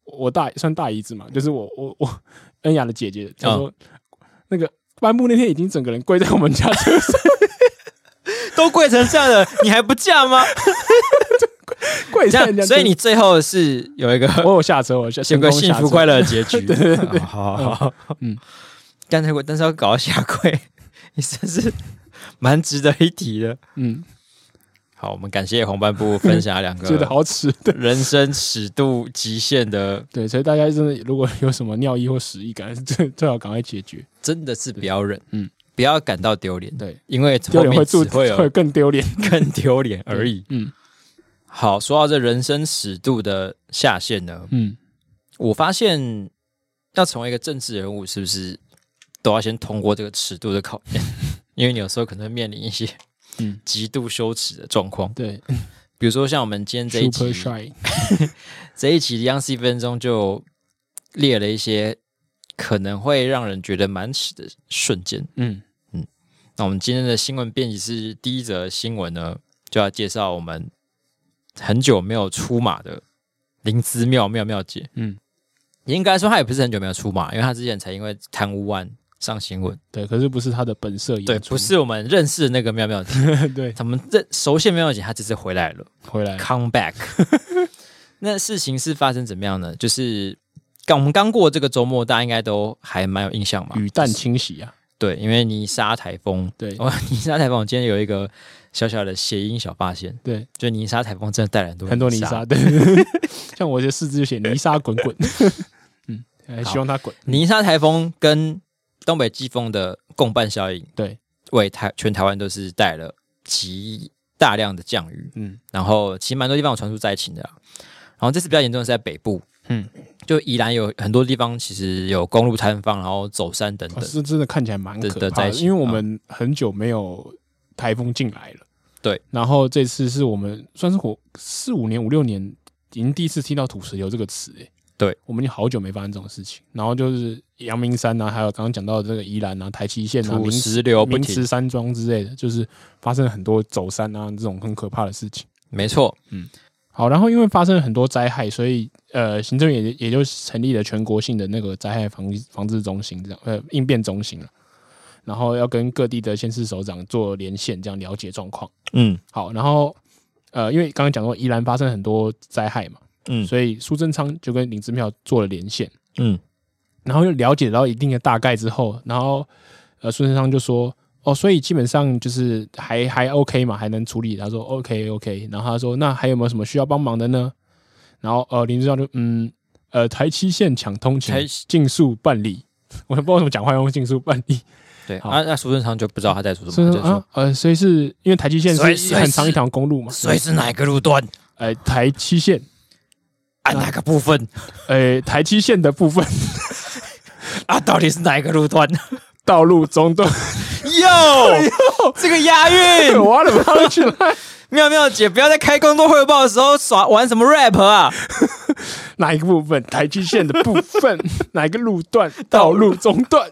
Speaker 2: 我大算大姨子嘛，就是我我我恩雅的姐姐，她说、
Speaker 1: 嗯
Speaker 2: 那个颁布那天已经整个人跪在我们家车上，
Speaker 1: 都跪成这样了，你还不嫁 吗？
Speaker 2: 跪
Speaker 1: 这
Speaker 2: 在人家
Speaker 1: 样，
Speaker 2: 车，
Speaker 1: 所以你最后是有一个
Speaker 2: 我有下车，我有下
Speaker 1: 有
Speaker 2: 成
Speaker 1: 个
Speaker 2: 功
Speaker 1: 幸
Speaker 2: 下
Speaker 1: 福
Speaker 2: 车
Speaker 1: 快乐的结 局。好好好好，
Speaker 2: 嗯
Speaker 1: 嗯，但是我但是要搞到下跪， 你真是蛮值得一提的。
Speaker 2: 嗯，
Speaker 1: 好，我们感谢黄斑部分享了两
Speaker 2: 觉得
Speaker 1: 个
Speaker 2: 好耻的。
Speaker 1: 人生尺度极限的，
Speaker 2: 对，所以大家真的如果有什么尿意或屎意感， 最最好赶快解决。
Speaker 1: 真的是不要忍，
Speaker 2: 嗯
Speaker 1: 嗯，不要感到丢脸，
Speaker 2: 对，
Speaker 1: 因为
Speaker 2: 丢
Speaker 1: 后
Speaker 2: 脸
Speaker 1: 面
Speaker 2: 会
Speaker 1: 只
Speaker 2: 住
Speaker 1: 会有
Speaker 2: 会更丢脸
Speaker 1: 更丢脸而已。
Speaker 2: 嗯
Speaker 1: 好，说到这人生尺度的下限呢，
Speaker 2: 嗯，
Speaker 1: 我发现要成为一个政治人物，是不是都要先通过这个尺度的考验？因为你有时候可能会面临一些
Speaker 2: 嗯
Speaker 1: 极度羞耻的状况，
Speaker 2: 对
Speaker 1: 比如说像我们今天这一
Speaker 2: ，Super
Speaker 1: 集，
Speaker 2: Shy。
Speaker 1: 这一集央视一分钟就列了一些可能会让人觉得蛮耻的瞬间。
Speaker 2: 嗯
Speaker 1: 那我们今天的新闻编辑是第一则新闻呢，就要介绍我们很久没有出马的灵芝妙妙妙姐。
Speaker 2: 嗯，
Speaker 1: 应该说她也不是很久没有出马，因为她之前才因为贪污案上新闻。
Speaker 2: 对，可是不是他的本色演
Speaker 1: 对，
Speaker 2: 出
Speaker 1: 不是我们认识的那个妙妙姐，
Speaker 2: 对，
Speaker 1: 咱们认熟悉的妙妙姐，她这次回来了
Speaker 2: 回来
Speaker 1: ，come back。那事情是发生怎么样呢？
Speaker 2: 嗯
Speaker 1: 就是刚我们刚过这个周末，大家应该都还蛮有印象嘛。
Speaker 2: 雨弹清洗啊，
Speaker 1: 对，因为泥沙台风，
Speaker 2: 对
Speaker 1: 哇，泥沙台风，我今天有一个小小的谐音小发现，
Speaker 2: 对，
Speaker 1: 就泥沙台风真的带来很多
Speaker 2: 很多泥
Speaker 1: 沙，
Speaker 2: 沙，对， 像我这四肢就写泥沙滚 滚，嗯，还希望它滚，
Speaker 1: 泥沙台风跟东北季风的共伴效应，
Speaker 2: 对，
Speaker 1: 为台全台湾都是带来了极大量的降雨，
Speaker 2: 嗯
Speaker 1: 然后其实蛮多地方有传出灾情的啦、然后这次比较严重的是在北部，
Speaker 2: 嗯，
Speaker 1: 就宜兰有很多地方其实有公路坍方，然后走山等
Speaker 2: 哦
Speaker 1: 等，
Speaker 2: 是真的看起来蛮
Speaker 1: 的
Speaker 2: 可
Speaker 1: 的
Speaker 2: 怕
Speaker 1: 灾
Speaker 2: 的，
Speaker 1: 情
Speaker 2: 因为我们很久没有台风进来了，
Speaker 1: 对，
Speaker 2: 然后这次是我们算是我四五年五六年已经第一次听到土石流这个词，哎，
Speaker 1: 对，
Speaker 2: 我们已经好久没发生这种事情，然后就是阳明山啊，还有刚刚讲到的这个宜兰啊、台七线啊、
Speaker 1: 土
Speaker 2: 明
Speaker 1: 石流不
Speaker 2: 名
Speaker 1: 停
Speaker 2: 池，山庄之类的，就是发生了很多走山啊这种很可怕的事情。
Speaker 1: 没错，
Speaker 2: 好，然后因为发生了很多灾害，所以呃，行政院也也就成立了全国性的那个灾害防防治中心，这样呃应变中心了。然后要跟各地的县市首长做连线，这样了解状况。
Speaker 1: 嗯
Speaker 2: 好，然后呃，因为刚刚讲过宜兰发生很多灾害嘛，
Speaker 1: 嗯
Speaker 2: 所以苏贞昌就跟林之妙做了连线，
Speaker 1: 嗯，
Speaker 2: 然后又了解到一定的大概之后，然后呃，苏贞昌就说：“哦，所以基本上就是还还 OK 嘛，还能处理。”他说：“OK OK。”然后他说：“那还有没有什么需要帮忙的呢？”然后呃，林志耀就嗯呃，台七线抢通勤
Speaker 1: 台，
Speaker 2: 尽速办理。 我也不知道为什么讲话用尽速办 理，
Speaker 1: 对，
Speaker 2: 好
Speaker 1: 啊，那苏贞昌就不知道他在说什
Speaker 2: 所以
Speaker 1: 么，
Speaker 2: 说
Speaker 1: 就说
Speaker 2: 啊呃，所以是因为台七线
Speaker 1: 所以
Speaker 2: 是很长一条公路嘛，
Speaker 1: 所以是哪一个路段，
Speaker 2: 呃，台七线啊
Speaker 1: 按啊哪个部分，
Speaker 2: 呃台七线的部分
Speaker 1: 啊，到底是哪一个路段？
Speaker 2: 道路中 断，
Speaker 1: 哟，这个押韵，
Speaker 2: 我要怎么上去了？
Speaker 1: 妙妙姐不要在开工作汇报的时候耍玩什么 rap 啊！
Speaker 2: 哪一个部分，台基线的部分， 哪一个路段，道路中断。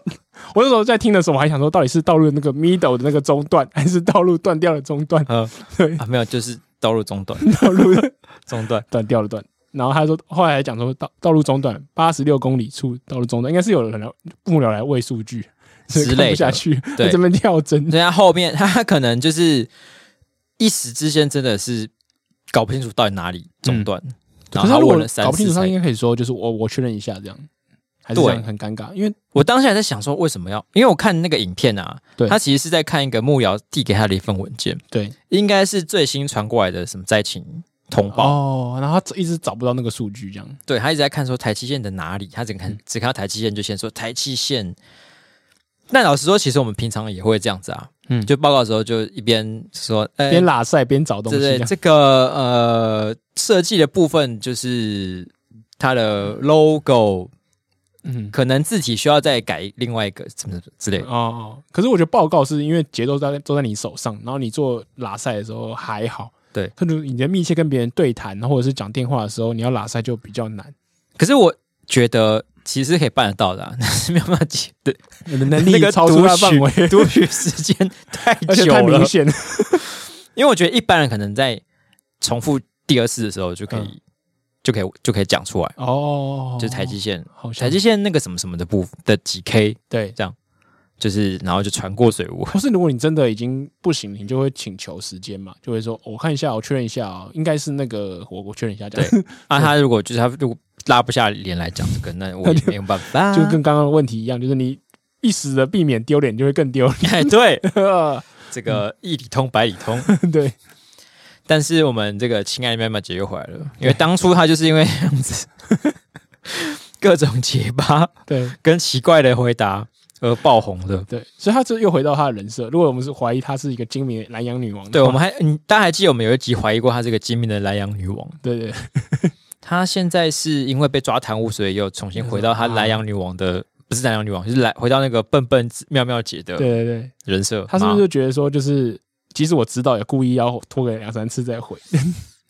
Speaker 2: 我那时候在听的时候，我还想说，到底是道路的那个 middle 的那个中段， 还是道路断掉的中 段？
Speaker 1: 呃，
Speaker 2: 对
Speaker 1: 啊，没有，就是道路中断，
Speaker 2: 道路的
Speaker 1: 中断，
Speaker 2: 断掉的段。然后他说，后来还讲说道道路中段八十六公里处道路中断，应该是有人来幕僚来喂数据，所以
Speaker 1: 之类的
Speaker 2: 看不下去，
Speaker 1: 对
Speaker 2: 在这边跳针
Speaker 1: 人。家后面 他可能就是一时之间真的是搞不清楚到底哪里中断，然后
Speaker 2: 嗯可是
Speaker 1: 他
Speaker 2: 如
Speaker 1: 问了
Speaker 2: 果搞
Speaker 1: 三
Speaker 2: 不清
Speaker 1: 次
Speaker 2: 楚，他
Speaker 1: 才
Speaker 2: 应。该可以说，就是我我确认一下这样，还是
Speaker 1: 对
Speaker 2: 这样很尴尬，因为
Speaker 1: 我当下也在想说，为什么要？因为我看那个影片啊
Speaker 2: 对，
Speaker 1: 他其实是在看一个幕僚递给他的一份文件，
Speaker 2: 对
Speaker 1: 应该是最新传过来的什么灾情通报。
Speaker 2: 哦，然后他一直找不到那个数据，这样
Speaker 1: 对他一直在看说台七线的哪里，他只
Speaker 2: 嗯
Speaker 1: 看只看到台七线就先说台七线。但老实说，其实我们平常也会这样子啊，
Speaker 2: 嗯
Speaker 1: 就报告的时候就一边说，呃、
Speaker 2: 边拉塞边找东
Speaker 1: 对
Speaker 2: 西这
Speaker 1: 对，
Speaker 2: 样。
Speaker 1: 这个呃设计的部分就是它的 logo
Speaker 2: 嗯，
Speaker 1: 可能字体需要再改另外一个什么什么之类的，
Speaker 2: 哦哦，可是我觉得报告是因为节奏在都在你手上，然后你做拉塞的时候还好，
Speaker 1: 对
Speaker 2: 可能你在密切跟别人对谈或者是讲电话的时候，你要拉塞就比 较难，
Speaker 1: 可是我觉得其实是可以办得到的、啊， 但是没有办法解对
Speaker 2: 你的能
Speaker 1: 那
Speaker 2: 力
Speaker 1: 个
Speaker 2: 超出
Speaker 1: 读
Speaker 2: 他范围，
Speaker 1: 取读取时间太
Speaker 2: 而且
Speaker 1: 久
Speaker 2: 太
Speaker 1: 了
Speaker 2: 明，显了。
Speaker 1: 因为我觉得一般人可能在重复第二次的时候就可以、就可以就可以讲出来，
Speaker 2: 嗯哦，
Speaker 1: 就是台基线、
Speaker 2: 好像
Speaker 1: 台基线那个什么什么的部的几 K，
Speaker 2: 对，
Speaker 1: 就是然后就传过水 雾，
Speaker 2: 或是如果你真的已经不行，你就会请求时间嘛，就会说、哦我看一下，我确认一下、哦，应该是那个我我确认一下，这样
Speaker 1: 啊，他如果就是他如果拉不下脸来讲这个，那我也没有办法，
Speaker 2: 就跟刚刚的问题一样，就是你一时的避免丢脸，就会更丢
Speaker 1: 哎 对
Speaker 2: 脸。
Speaker 1: 这个一里通百里通。
Speaker 2: 对，
Speaker 1: 但是我们这个亲爱的妹妹姐又回来了，因为当初她就是因为这样子 各种结巴
Speaker 2: 对。
Speaker 1: 跟奇怪的回答而爆红的。
Speaker 2: 对，所以他这又回到他的人设。如果我们是怀疑她是一个精明的南洋女王的话，
Speaker 1: 对，我们还你大家还记得我们有一集怀疑过她这个精明的莱阳女王，
Speaker 2: 对对对
Speaker 1: 她现在是因为被抓贪污，所以又重新回到她莱阳女王
Speaker 2: 嗯
Speaker 1: 的，不是莱阳女王，就是来回到那个笨笨妙妙姐
Speaker 2: 对
Speaker 1: 的
Speaker 2: 对对，
Speaker 1: 人设。
Speaker 2: 他是不是
Speaker 1: 妈
Speaker 2: 就觉得说，就是即使我知道，也故意要拖个两三次再 回，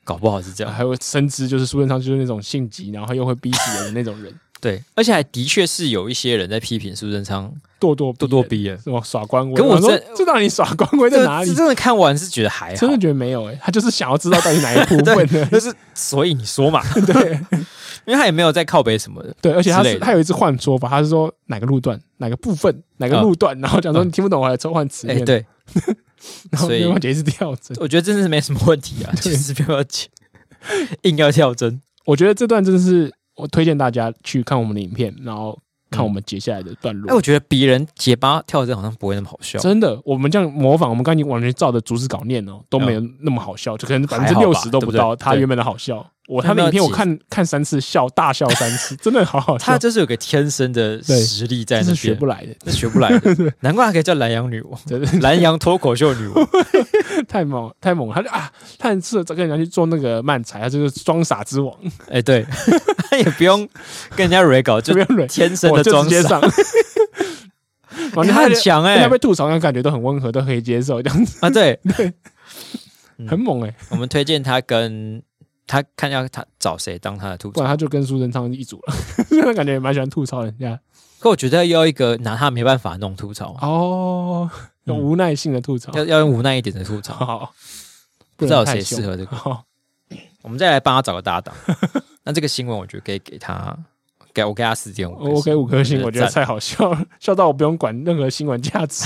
Speaker 1: 搞不好是这样？
Speaker 2: 还会深知就是苏贞昌就是那种性急，然后又会逼死人的那种人，
Speaker 1: 对，而且还的确是有一些人在批评苏贞昌
Speaker 2: 咄咄
Speaker 1: 咄咄
Speaker 2: 逼
Speaker 1: 逼人
Speaker 2: 人，。什么耍官威？
Speaker 1: 可我
Speaker 2: 想说
Speaker 1: 真
Speaker 2: 这到底耍官威在哪里
Speaker 1: 这？真的看完是觉得还好
Speaker 2: 真，的觉得没有哎、他就是想要知道到底哪一部 分呢？
Speaker 1: 就是所以你说嘛，
Speaker 2: 对
Speaker 1: 因为他也没有在靠北什么的。
Speaker 2: 对，而且他
Speaker 1: 之
Speaker 2: 是
Speaker 1: 类的
Speaker 2: 他有一次换说法，他是说哪个路段、哪个部分、哪个
Speaker 1: 嗯
Speaker 2: 路段，然后讲说你听不懂，我还抽换词
Speaker 1: 哎、
Speaker 2: 面，
Speaker 1: 对，
Speaker 2: 然后
Speaker 1: 所以
Speaker 2: 另外解释跳针。
Speaker 1: 我觉得真的是没什么问题啊，就是不要紧， 硬要跳针。
Speaker 2: 我觉得这段真的是我推荐大家去看我们的影片，然后看我们接下来的段
Speaker 1: 嗯哎，
Speaker 2: 落。
Speaker 1: 我觉得别人结巴跳针好像不会那么好笑，
Speaker 2: 真的，我们这样模仿，我们刚才已经完全照着逐字稿念哦，都没有那么好笑，就可能百
Speaker 1: 嗯
Speaker 2: 分
Speaker 1: 还
Speaker 2: 之
Speaker 1: 好吧
Speaker 2: 六十都不到
Speaker 1: 对不对
Speaker 2: 他原本的好笑。我
Speaker 1: 那
Speaker 2: 他的影片
Speaker 1: 那
Speaker 2: 我看看三次笑，大笑三次，真的好好笑
Speaker 1: 他，就是有个天生的
Speaker 2: 对
Speaker 1: 实力在
Speaker 2: 这
Speaker 1: 那
Speaker 2: 是
Speaker 1: 边，
Speaker 2: 学不来的，
Speaker 1: 那学不来 的，难怪他可以叫南洋女王，
Speaker 2: 真的
Speaker 1: 南洋脱口秀女 王，
Speaker 2: 太猛太猛了。他就啊，他很适合跟人家去做那个漫才，他就是装傻之王，
Speaker 1: 哎，对， 他也不用跟人家 re 搞，就
Speaker 2: 不要蕊，
Speaker 1: 天生
Speaker 2: 我
Speaker 1: 的
Speaker 2: 就
Speaker 1: 装
Speaker 2: 直接
Speaker 1: 傻，
Speaker 2: 上。
Speaker 1: 哎
Speaker 2: 完
Speaker 1: 他很强哎
Speaker 2: 他被吐槽，那感觉都很温和，都可以接受，这样子
Speaker 1: 啊，对，嗯
Speaker 2: 很猛哎、
Speaker 1: 我们推荐他跟他看要他找谁当他的吐
Speaker 2: 不
Speaker 1: 槽，
Speaker 2: 然他就跟苏贞昌一组了， 那感觉也蛮喜欢吐槽人家
Speaker 1: 可我觉得要一个拿他没办法弄吐槽，
Speaker 2: 哦，有
Speaker 1: 嗯
Speaker 2: 无奈性的吐槽，
Speaker 1: 要要用无奈一点的吐槽。
Speaker 2: 好，
Speaker 1: 不
Speaker 2: 不
Speaker 1: 知道
Speaker 2: 然
Speaker 1: 有
Speaker 2: 太
Speaker 1: 谁
Speaker 2: 凶
Speaker 1: 适合这个，
Speaker 2: 好
Speaker 1: 我们再来帮他找个 搭档。那这个新闻我觉得可以给他，给我给他四点五，
Speaker 2: 我给五颗星，我觉得
Speaker 1: 赞
Speaker 2: 太好笑了，笑到我不用管任何新闻价 值。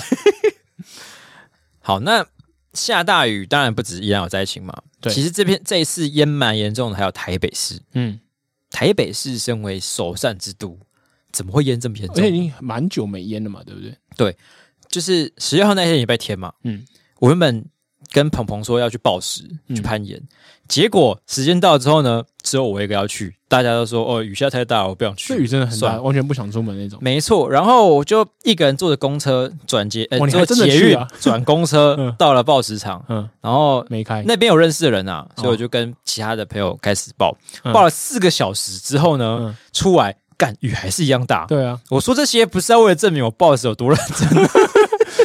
Speaker 1: 好。那下大雨当然不止宜兰有灾情嘛，
Speaker 2: 对
Speaker 1: 其实这边这一次淹蛮严重的，还有台北市。
Speaker 2: 嗯，
Speaker 1: 台北市身为首善之都，怎么会淹这么严
Speaker 2: 而且已
Speaker 1: 重？
Speaker 2: 经蛮久没淹了嘛，对不对？
Speaker 1: 就是十六号那天礼拜天嘛，
Speaker 2: 嗯，
Speaker 1: 我原本跟鹏鹏说要去报时
Speaker 2: 嗯
Speaker 1: 去攀岩，结果时间到之后呢，只有我一个要去，大家都说哦雨下太大了，我不想去。
Speaker 2: 这雨真的很
Speaker 1: 算
Speaker 2: 大，
Speaker 1: 了
Speaker 2: 完全不想出门那种。
Speaker 1: 没错，然后我就一个人坐着公车转捷，呃，
Speaker 2: 哇你
Speaker 1: 坐
Speaker 2: 还真的
Speaker 1: 捷
Speaker 2: 去
Speaker 1: 运
Speaker 2: 啊
Speaker 1: 转公车
Speaker 2: 嗯
Speaker 1: 到了报时场，
Speaker 2: 嗯，
Speaker 1: 然后
Speaker 2: 没开，
Speaker 1: 那边有认识的人啊，
Speaker 2: 哦
Speaker 1: 所以我就跟其他的朋友开始报，报了四个小时之后呢，
Speaker 2: 嗯，
Speaker 1: 出来干雨还是一样大。
Speaker 2: 对啊，
Speaker 1: 我说这些不是要为了证明我报时有多认 真，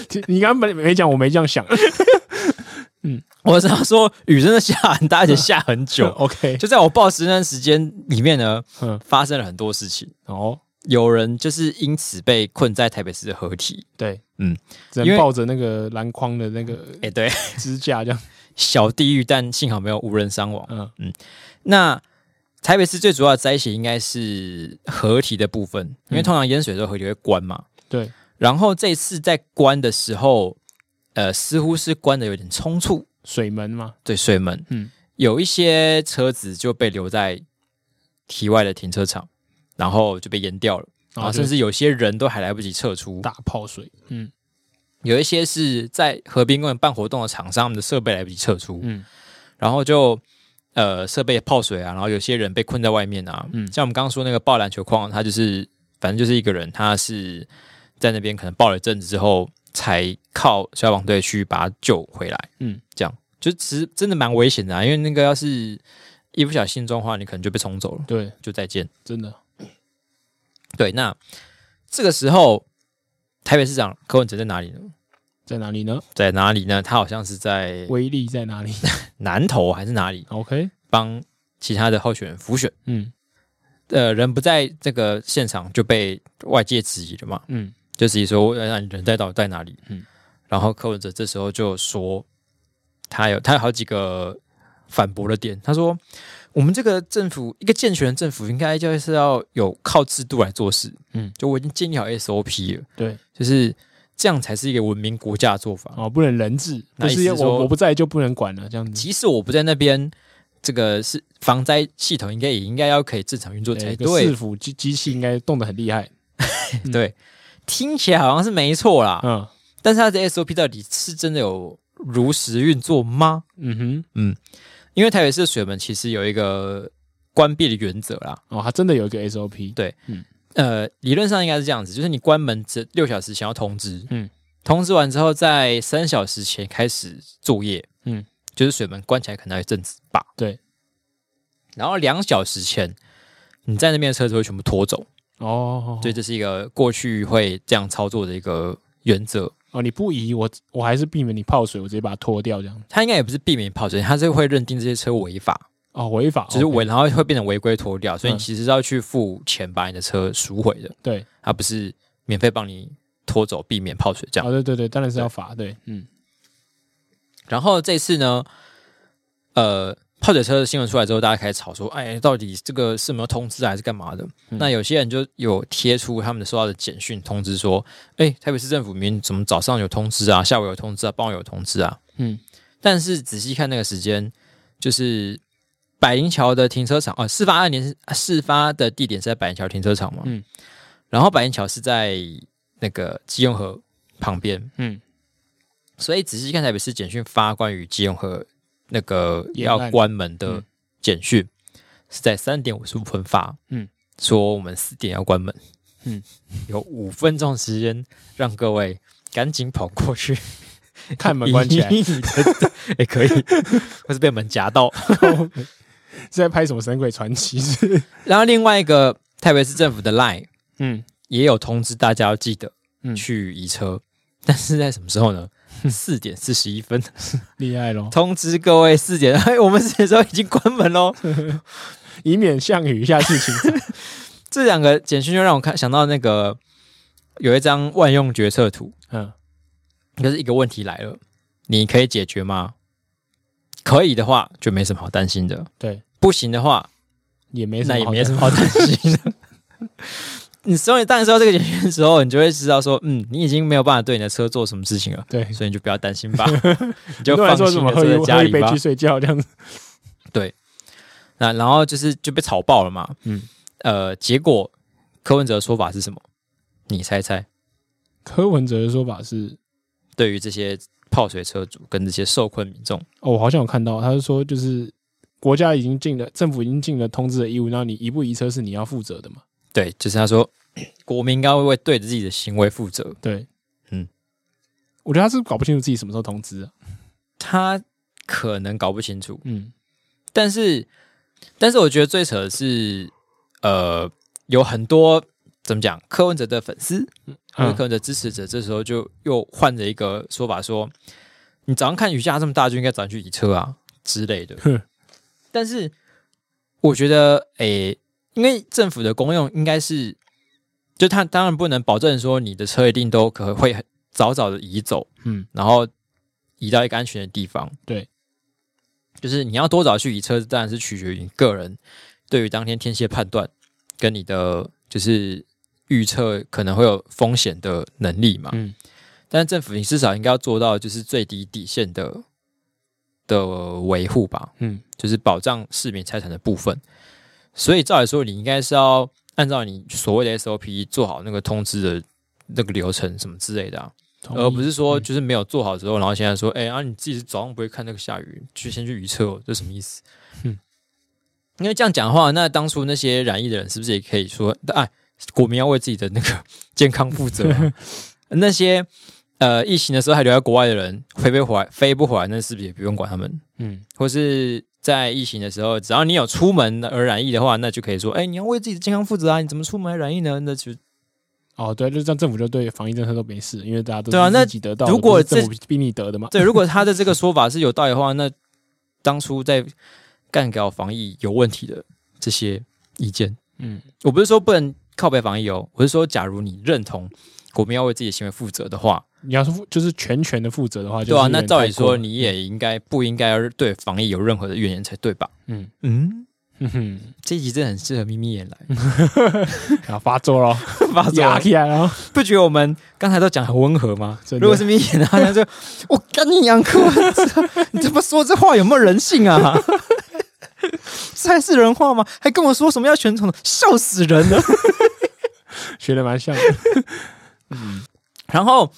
Speaker 2: 其你刚刚没没讲，我没这样想。
Speaker 1: 我只要说雨真的下很大，而且下很久。
Speaker 2: OK，
Speaker 1: 就在我报时那段时间里面呢，
Speaker 2: 嗯，
Speaker 1: 发生了很多事情，
Speaker 2: 哦，
Speaker 1: 有人就是因此被困在台北市的河堤。
Speaker 2: 对，
Speaker 1: 嗯，
Speaker 2: 只
Speaker 1: 因
Speaker 2: 能
Speaker 1: 为
Speaker 2: 抱着那个篮筐的那个
Speaker 1: 哎、对，
Speaker 2: 支架这样。
Speaker 1: 小地狱，但幸好没有无人伤亡。
Speaker 2: 嗯
Speaker 1: 那台北市最主要的灾情应该是河堤的部分，因
Speaker 2: 嗯
Speaker 1: 为通常淹水的时候河堤会关嘛。
Speaker 2: 对，
Speaker 1: 然后这次在关的时候，呃，似乎是关的有点冲突，
Speaker 2: 水门嘛，
Speaker 1: 对水门，
Speaker 2: 嗯
Speaker 1: 有一些车子就被留在体外的停车场，然后就被淹掉了。
Speaker 2: 然
Speaker 1: 然后
Speaker 2: 后哦就
Speaker 1: 甚至有些人都还来不及撤出，
Speaker 2: 大泡水。嗯
Speaker 1: 有一些是在河滨公园办活动的厂商，他们的设备来不及撤出，
Speaker 2: 嗯
Speaker 1: 然后就呃设备泡水啊，然后有些人被困在外面啊，
Speaker 2: 嗯
Speaker 1: 像我们刚刚说那个爆篮球框，他就是反正就是一个人，他是在那边可能爆了一阵子之后，才靠消防队去把他救回来，
Speaker 2: 嗯，
Speaker 1: 这样就其实真的蛮危险的、啊，因为那个要是一不小心撞的话，你可能就被冲走了，
Speaker 2: 对，
Speaker 1: 就再见。
Speaker 2: 真的，
Speaker 1: 对，那这个时候台北市长柯文哲在哪里呢？
Speaker 2: 在哪里呢？
Speaker 1: 在哪里呢？他好像是在
Speaker 2: 威力 在哪里
Speaker 1: 南投还是哪里
Speaker 2: ？OK，
Speaker 1: 帮其他的候选人辅选。
Speaker 2: 嗯
Speaker 1: 呃，人不在这个现场就被外界质疑了嘛，
Speaker 2: 嗯
Speaker 1: 就质疑说，呃那你人在到底在哪里？嗯
Speaker 2: 嗯，
Speaker 1: 然后柯文哲这时候就说，他有他有好几个反驳的点，他说，我们这个政府一个健全的政府应该就是要有靠制度来做事，嗯
Speaker 2: 嗯，
Speaker 1: 就我已经建立好 SOP 了，
Speaker 2: 对，
Speaker 1: 就是这样才是一个文明国家的做法。
Speaker 2: 哦，不能人治，
Speaker 1: 那
Speaker 2: 不
Speaker 1: 意思
Speaker 2: 是
Speaker 1: 是说
Speaker 2: 我我不在就不能管了，这样子。
Speaker 1: 即使我不在那边，这个是防灾系统应该也应该要可以正常运作才
Speaker 2: 对，
Speaker 1: 对。
Speaker 2: 个市府机机器应该动得很厉害。嗯
Speaker 1: 对，听起来好像是没错啦，
Speaker 2: 嗯
Speaker 1: 但是它的 SOP 到底是真的有如实运作吗？
Speaker 2: 嗯哼，
Speaker 1: 因为台北市的水门其实有一个关闭的原则啦，
Speaker 2: 哦，他真的有一个 SOP。
Speaker 1: 对呃，理论上应该是这样子，就是你关门这六小时前要通知，嗯
Speaker 2: 嗯，
Speaker 1: 通知完之后，在三小时前开始作业，嗯
Speaker 2: 嗯，
Speaker 1: 就是水门关起来可能还有一阵子吧，
Speaker 2: 对，
Speaker 1: 然后两小时前你在那边的车子会全部拖走，
Speaker 2: 哦，
Speaker 1: 所以这是一个过去会这样操作的一个原则。
Speaker 2: 哦，你不移我，我还是避免你泡水，我直接把它脱掉这样。
Speaker 1: 他应该也不是避免跑车，他是会认定这些车违法，
Speaker 2: 哦，违法，
Speaker 1: 就是
Speaker 2: OK
Speaker 1: 违，然后会变成违规拖掉，所以你
Speaker 2: 嗯
Speaker 1: 其实是要去付钱把你的车赎回的，
Speaker 2: 对，
Speaker 1: 而不是免费帮你拖走，避免泡水这样。
Speaker 2: 哦，对对对，当然是要罚，对，嗯
Speaker 1: 然后这次呢，呃，泡水车的新闻出来之后，大家开始吵说，哎，到底这个是没有通知啊还是干嘛的？
Speaker 2: 嗯
Speaker 1: 那有些人就有贴出他们的收到的简讯通知说，哎，台北市政府明明怎么早上有通知啊，下午有通知啊，傍晚有通知啊，
Speaker 2: 嗯，
Speaker 1: 但是仔细看那个时间，就是百灵桥的停车场哦，事发那年是事发的地点是在百灵桥停车场嘛，嗯
Speaker 2: 嗯，
Speaker 1: 然后白天桥是在那个基隆河旁边，
Speaker 2: 嗯，
Speaker 1: 所以仔细看台北市简讯发关于基隆河那个
Speaker 2: 沿
Speaker 1: 要
Speaker 2: 岸
Speaker 1: 关门的
Speaker 2: 嗯
Speaker 1: 简讯，是在三点五十五分发，
Speaker 2: 嗯，
Speaker 1: 说我们四点要关门，
Speaker 2: 嗯，
Speaker 1: 有五分钟时间让各位赶紧跑过去，，
Speaker 2: 看门关起来
Speaker 1: 以 你的，也、可以， 或是被门夹到。
Speaker 2: 是在拍什么《神鬼传奇》是？
Speaker 1: 然后另外一个台北市政府的 Line
Speaker 2: 嗯，
Speaker 1: 也有通知大家要记得
Speaker 2: 嗯
Speaker 1: 去移车，但是在什么时候 呢？四点四十一分
Speaker 2: 厉害咯，
Speaker 1: 通知各位四点，哎，我们四点时候已经关门喽。
Speaker 2: 以免项羽下去 情场。
Speaker 1: 这两个简讯就让我看想到那个有一张万用决策图，
Speaker 2: 嗯，
Speaker 1: 可是一个问题来了，你可以解决吗？可以的话就没什么好担心的，
Speaker 2: 对，
Speaker 1: 不行的话
Speaker 2: 也没什么
Speaker 1: 那
Speaker 2: 好
Speaker 1: 也
Speaker 2: 讲，
Speaker 1: 没什么好担心的。 你所以当你收到这个简讯的时候，你就会知道说，嗯，你已经没有办法对你的车做什么事情了，
Speaker 2: 对。
Speaker 1: 所以你就不要担心吧， 你
Speaker 2: 很
Speaker 1: 就
Speaker 2: 多
Speaker 1: 放心
Speaker 2: 人说什么
Speaker 1: 的
Speaker 2: 喝一
Speaker 1: 坐在家
Speaker 2: 喝一
Speaker 1: 里
Speaker 2: 杯
Speaker 1: 吧
Speaker 2: 去。睡觉这样子，
Speaker 1: 那然后就是就被炒爆了嘛，
Speaker 2: 嗯，
Speaker 1: 呃，结果柯文哲的说法是什么？你猜猜？
Speaker 2: 柯文哲的说法是，
Speaker 1: 对于这些泡水车主跟这些受困民众，
Speaker 2: 哦，我好像有看到，他是说就是国家已经尽了，政府已经尽了通知的义务，然后你移不移车是你要负责的嘛？
Speaker 1: 对，就是他说， 国民应该会对自己的行为负责。
Speaker 2: 对，
Speaker 1: 嗯，
Speaker 2: 我觉得他是搞不清楚自己什么时候通知、啊，
Speaker 1: 他可能搞不清楚，
Speaker 2: 嗯
Speaker 1: 但是，但是我觉得最扯的是，呃，有很多怎么讲，柯文哲的粉丝或者柯文哲支持者，这时候就又换着一个说法说，你早上看雨下这么大，就应该早上去移车啊之类的
Speaker 2: 哼。
Speaker 1: 但是我觉得，诶、因为政府的功用应该是，就他当然不能保证说你的车一定都可会很早早的移走，
Speaker 2: 嗯，
Speaker 1: 然后移到一个安全的地方。
Speaker 2: 对，
Speaker 1: 就是你要多早去移车，当然是取决于你个人对于当天天气的判断，跟你的就是预测可能会有风险的能力嘛。
Speaker 2: 嗯，
Speaker 1: 但是政府你至少应该要做到就是最低底线的的维护吧，
Speaker 2: 嗯，
Speaker 1: 就是保障市民财产的部分。所以照理说，你应该是要按照你所谓的 SOP 做好那个通知的那个流程什么之类的、啊，
Speaker 2: 同
Speaker 1: 而
Speaker 2: 意
Speaker 1: 不是说就是没有做好之后，然后现在说，哎、啊，你自己早上不会看那个下雨，去先去预测、哦，这什么意思？
Speaker 2: 嗯
Speaker 1: 因为这样讲的话，那当初那些染疫的人是不是也可以说，哎，国民要为自己的那个 健康负责 啊、那些呃疫情的时候还留在国外的人，飞不回来，飞不回来，那是不是也不用管他们？
Speaker 2: 嗯
Speaker 1: 或是在疫情的时候，只要你有出门而染疫的话，那就可以说，哎、你要为自己的健康负责啊！你怎么出门还染疫呢？那就
Speaker 2: 哦，对，就这样，政府就对防疫政策都没事，因为大家都
Speaker 1: 对啊
Speaker 2: 是
Speaker 1: 那
Speaker 2: 自己得到的，
Speaker 1: 如果
Speaker 2: 不是政府逼你得的嘛，
Speaker 1: 对，如果他的这个说法是有道理的话，那当初在干掉防疫有问题的这些意见，
Speaker 2: 嗯，
Speaker 1: 我不是说不能靠北防疫哦，我是说，假如你认同国民要为自己的行为负责的话，
Speaker 2: 你要是负就是全权的负责的话，就是
Speaker 1: 对啊，
Speaker 2: 有点
Speaker 1: 那照理
Speaker 2: 太过
Speaker 1: 说
Speaker 2: 了，
Speaker 1: 你也应该不应该要对防疫有任何的怨言才对吧？
Speaker 2: 嗯
Speaker 1: 嗯，
Speaker 2: 嗯哼，
Speaker 1: 这一集真的很适合眯眯眼来
Speaker 2: 然后 发作了，
Speaker 1: 发作
Speaker 2: 压
Speaker 1: 了，
Speaker 2: 起来了，
Speaker 1: 不觉得我们刚才都讲很温和吗？
Speaker 2: 真的
Speaker 1: 如果是眯眼的话，他就我跟你讲，柯文哲，你这么说这话有没有人性啊？ 这还是人话吗？还跟我说什么要选总统，笑死人了。
Speaker 2: 学的蛮像的，
Speaker 1: 然后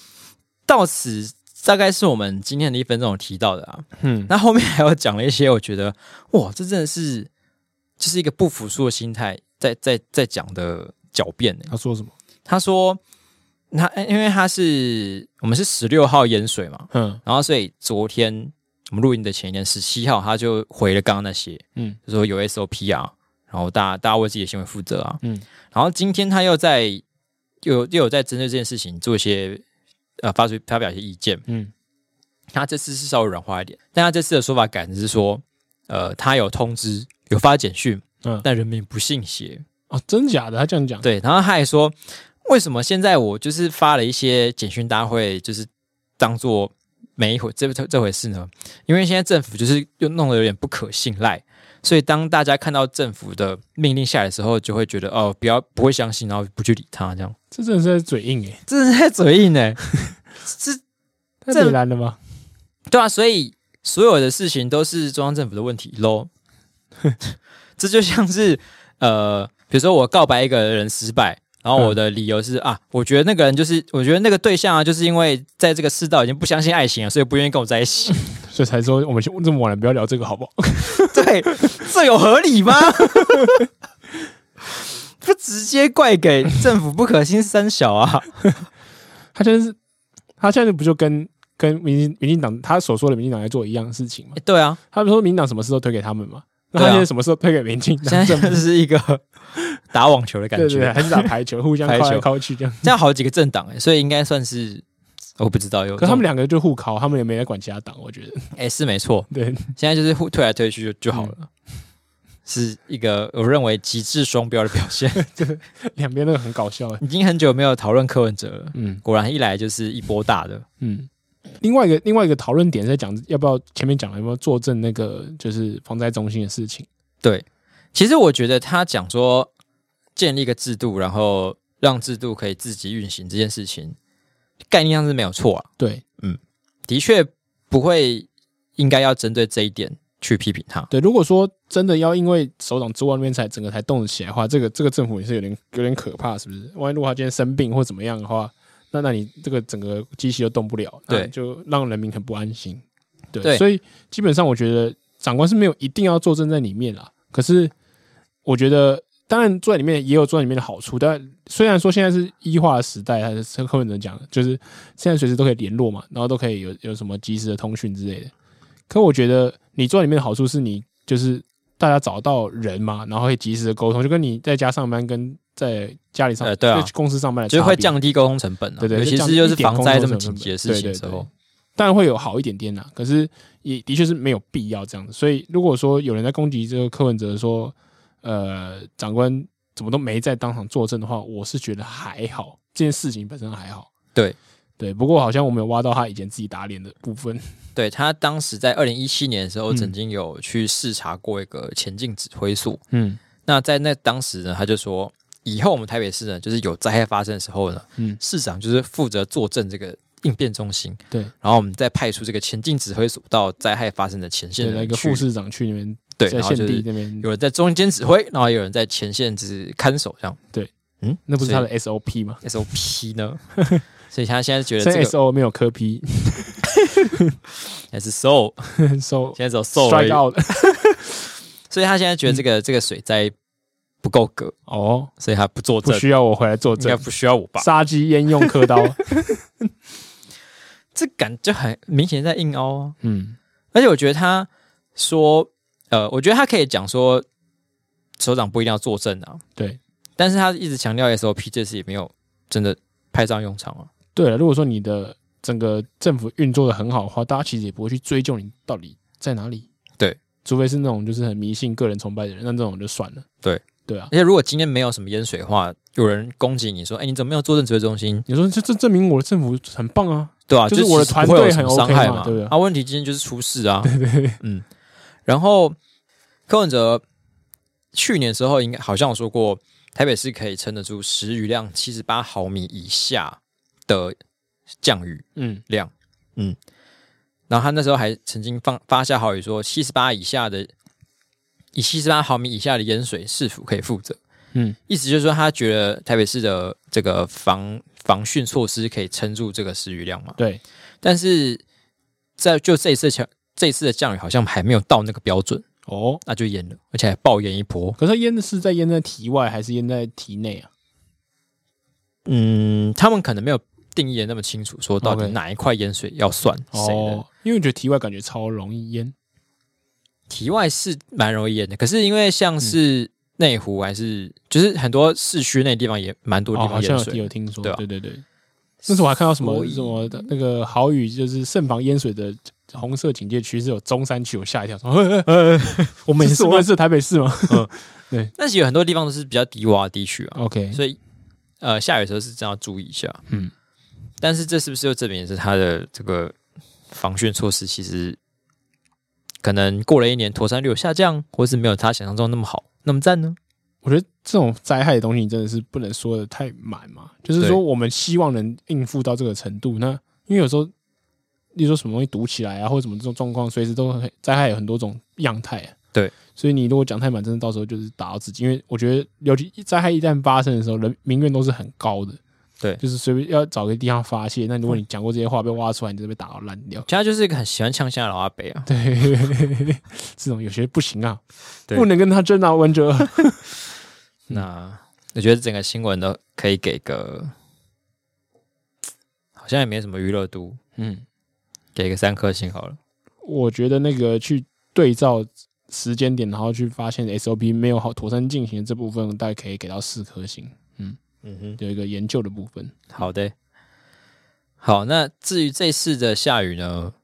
Speaker 1: 到此大概是我们今天的一分钟有提到的啊。
Speaker 2: 嗯
Speaker 1: 那后面还有讲了一些，我觉得哇，这真的是就是一个不服输的心态，在在在讲的狡辩呢、
Speaker 2: 他说什么？
Speaker 1: 他说，他因为他是我们是十六号淹水嘛，
Speaker 2: 嗯
Speaker 1: 然后所以昨天我们录音的前一天十七号，他就回了刚刚那些，
Speaker 2: 嗯
Speaker 1: 就说有 SOP 啊，然后大家大家为自己的行为负责啊，
Speaker 2: 嗯
Speaker 1: 然后今天他又在又有又有在针对这件事情做一些呃发出发表一些意见，
Speaker 2: 嗯
Speaker 1: 他这次是稍微软化一点，但他这次的说法改成是说，呃，他有通知有发简讯，
Speaker 2: 嗯，
Speaker 1: 但人民不信邪，
Speaker 2: 哦，真假的？他这样讲，
Speaker 1: 对，然后他还说，为什么现在我就是发了一些简讯，大家会就是当做没一回这这这回事呢？因为现在政府就是又弄得有点不可信赖，所以当大家看到政府的命令下来的时候，就会觉得哦，不要不会相信，然后不去理他，这样
Speaker 2: 这真的是在嘴硬哎、
Speaker 1: 这是在嘴硬呢、是，
Speaker 2: 太
Speaker 1: 这
Speaker 2: 北蓝了吧？
Speaker 1: 对啊，所以所有的事情都是中央政府的问题喽。 这就像是呃，比如说我告白一个人失败，然后我
Speaker 2: 嗯
Speaker 1: 的理由是啊，我觉得那个人就是，我觉得那个对象啊，就是因为在这个世道已经不相信爱情了，所以不愿意跟我在一 起。
Speaker 2: 所以才说我们先这么晚了，不要聊这个好不 好？
Speaker 1: 对，这有合理吗？ 不直接怪给政府不可心三小 啊！
Speaker 2: 他现在是，他现在不就跟跟民进民进党他所说的民进党在做一样的事情吗
Speaker 1: 诶？对啊，
Speaker 2: 他们说民进党什么事都推给他们嘛，那他
Speaker 1: 对啊
Speaker 2: 现在什么事都推给民进党
Speaker 1: 现在
Speaker 2: 政府？
Speaker 1: 就是一个打网球的感
Speaker 2: 对对对，
Speaker 1: 觉。
Speaker 2: 还是打排 球，互相靠
Speaker 1: 排球
Speaker 2: 来靠去这样。
Speaker 1: 这样好几个政党诶，所以应该算是我不知道有这
Speaker 2: 可
Speaker 1: 种。
Speaker 2: 他们两个就互考，他们也没来管其他党，我觉 得。
Speaker 1: 哎、是没错，
Speaker 2: 对，
Speaker 1: 现在就是互推来推去就就好
Speaker 2: 嗯
Speaker 1: 了， 是一个我认为极致双标的表现。
Speaker 2: 两边都很搞笑。
Speaker 1: 已经很久没有讨论柯文哲了，
Speaker 2: 嗯
Speaker 1: 果然一来就是一波大的。
Speaker 2: 嗯。另外一个另外一个讨论点是在讲要不要前面讲了有没有作证那个就是防灾中心的事情。
Speaker 1: 其实我觉得他讲说建立一个制度，然后让制度可以自己运行这件事情，概念上是没有错啊，
Speaker 2: 对
Speaker 1: 的确不会应该要针对这一点去批评他。
Speaker 2: 对，如果说真的要因为首长之外那边才整个才动得起来的话，这个这个政府也是有点有点可怕，是不是？万一如果他今天生病或怎么样的话，那那你这个整个机器就动不了，那
Speaker 1: 对
Speaker 2: 就让人民很不安心。对，
Speaker 1: 对
Speaker 2: 所以基本上我觉得长官是没有一定要坐镇在里面啦。可是我觉得，当然坐在里面也有坐在里面的好处，但虽然说现在是医化的时代，还是柯文哲讲的，就是现在随时都可以联络嘛，然后都可以有有什么及时的通讯之类的。可我觉得你坐在里面的好处是你就是大家找到人嘛，然后可以及时的沟通，就跟你在家上班跟在家里上，
Speaker 1: 呃对啊
Speaker 2: 在公司上班的
Speaker 1: 就是
Speaker 2: 差
Speaker 1: 会
Speaker 2: 别
Speaker 1: 降低沟通成本啊，
Speaker 2: 对对，
Speaker 1: 尤其
Speaker 2: 就降
Speaker 1: 是就是
Speaker 2: 一点
Speaker 1: 防灾
Speaker 2: 工作
Speaker 1: 这么紧
Speaker 2: 成本
Speaker 1: 急的事情
Speaker 2: 对对
Speaker 1: 之后
Speaker 2: 对，当然会有好一点点啦、可是也的确是没有必要这样子。所以如果说有人在攻击这个柯文哲说，呃，长官怎么都没在当场作证的话，我是觉得还好，这件事情本身还好。
Speaker 1: 对
Speaker 2: 对，不过好像我没有挖到他以前自己打脸的部分。
Speaker 1: 对他当时在二零一七年的时候，
Speaker 2: 嗯
Speaker 1: 曾经有去视察过一个前进指挥所。
Speaker 2: 嗯
Speaker 1: 那在那当时呢，他就说，以后我们台北市呢，就是有灾害发生的时候呢，
Speaker 2: 嗯
Speaker 1: 市长就是负责坐镇这个应变中心，
Speaker 2: 对
Speaker 1: 然后我们再派出这个前进指挥所到灾害发生的前线
Speaker 2: 对，
Speaker 1: 的
Speaker 2: 那
Speaker 1: 人
Speaker 2: 个
Speaker 1: 去
Speaker 2: 副市长去那边，
Speaker 1: 对，
Speaker 2: 在
Speaker 1: 然后
Speaker 2: 县
Speaker 1: 就是
Speaker 2: 地那边，
Speaker 1: 有人在中间指挥，然后有人在前线只看守，这样
Speaker 2: 对，
Speaker 1: 嗯，
Speaker 2: 那不是他
Speaker 1: 所以
Speaker 2: 的 SOP 吗？
Speaker 1: SOP 呢？ 所以他现在觉得
Speaker 2: 虽
Speaker 1: 这
Speaker 2: 然
Speaker 1: 个
Speaker 2: SO 没有科 P，
Speaker 1: 还是 so，
Speaker 2: so
Speaker 1: 现在只有 so 而已
Speaker 2: strike out 嗯
Speaker 1: 所以他现在觉得这个、这个水灾不够格，
Speaker 2: 哦，
Speaker 1: 所以他不作
Speaker 2: 不
Speaker 1: 证，
Speaker 2: 需要我回来作
Speaker 1: 应该
Speaker 2: 证。
Speaker 1: 不需要我吧？
Speaker 2: 杀鸡焉用 刻刀？
Speaker 1: 这感觉很明显在硬凹啊！
Speaker 2: 嗯，
Speaker 1: 而且我觉得他说，呃，我觉得他可以讲说，首长不一定要作证啊，
Speaker 2: 对
Speaker 1: 但是他一直强调 SOP 这次也没有真的派上用场啊。
Speaker 2: 对了，如果说你的整个政府运作的很好的话，大家其实也不会去追究你到底在哪里。
Speaker 1: 对，
Speaker 2: 除非是那种就是很迷信个人崇拜的人，那这种就算了。
Speaker 1: 对
Speaker 2: 对啊
Speaker 1: 而，且如果今天没有什么淹水的话，有人攻击你说，哎，你怎么没有作证指挥中心？
Speaker 2: 你说这这证明我的政府很棒啊，
Speaker 1: 对啊，
Speaker 2: 就是我的
Speaker 1: 其实
Speaker 2: 团
Speaker 1: 不会有
Speaker 2: 队
Speaker 1: 什么
Speaker 2: 很
Speaker 1: 伤
Speaker 2: OK
Speaker 1: 害
Speaker 2: 嘛对不对
Speaker 1: 啊，问题今天就是出事啊。嗯，然后柯文哲去年时候应该好像有说过，台北市可以撑得住时雨量七十八毫米以下的降雨
Speaker 2: 嗯，
Speaker 1: 量。嗯，然后他那时候还曾经放发下豪语说，七十八以下的以七十八毫米以下的淹水是否可以负责？
Speaker 2: 嗯，
Speaker 1: 意思就是说他觉得台北市的这个防防汛措施可以撑住这个时雨量嘛？
Speaker 2: 对，
Speaker 1: 但是在就这一次强这一次的降雨好像还没有到那个标准，
Speaker 2: 哦，
Speaker 1: 那就淹了，而且还爆淹一波。
Speaker 2: 可是淹的是在淹在体外还是淹在体内啊？
Speaker 1: 嗯，他们可能没有定义的那么清楚，说到底
Speaker 2: OK
Speaker 1: 哪一块淹水要算谁的。
Speaker 2: 哦，因为我觉得体外感觉超容易淹。
Speaker 1: 体外是蛮容易淹的，可是因为像是内湖还是就是很多市区那地方也蛮多地
Speaker 2: 哦，好
Speaker 1: 方
Speaker 2: 像
Speaker 1: 淹
Speaker 2: 有
Speaker 1: 水，
Speaker 2: 有听说，
Speaker 1: 对啊
Speaker 2: 对对对。那时候我还看到什么
Speaker 1: 所以
Speaker 2: 什么的那个豪雨，就是盛防淹水的红色警戒区是有中山区，我吓一跳， 说呵呵呵呵我们也是
Speaker 1: 这是我
Speaker 2: 我们是台北市吗
Speaker 1: 但是有很多地方都是比较低洼的地区啊，
Speaker 2: ？OK，
Speaker 1: 所以呃下雨的时候是真的要注意一下。
Speaker 2: 嗯，
Speaker 1: 但是这是不是又证明是他的这个防汛措施其实可能过了一年，驼山率有下降，或是没有他想象中那么好，那么赞呢？
Speaker 2: 我觉得这种灾害的东西真的是不能说的太满嘛，就是
Speaker 1: 对
Speaker 2: 说我们希望能应付到这个程度，那因为有时候，例如说什么东西堵起来啊，或者什么这种状况，随时都很灾害有很多种样态啊、
Speaker 1: 对，
Speaker 2: 所以你如果讲太满，真的到时候就是打到自己，因为我觉得尤其灾害一旦发生的时候，人民怨都是很高的。
Speaker 1: 对
Speaker 2: 就是随便要找个地方发泄。那如果你讲过这些话被挖出来，你就被打到烂 掉。
Speaker 1: 其实他就是一个很喜欢呛虾的老阿伯啊。
Speaker 2: 对，这种有些不行啊，
Speaker 1: 对
Speaker 2: 不能跟他争啊，文哲。
Speaker 1: 那我觉得整个新闻都可以给个，好像也没什么娱乐度，嗯，给个三颗星好了。
Speaker 2: 我觉得那个去对照时间点，然后去发现 SOP 没有好妥善进行的这部分，大概可以给到四颗星。
Speaker 1: 嗯哼，
Speaker 2: 有一个研究的部分，
Speaker 1: 好的。好，那至于这次的下雨呢，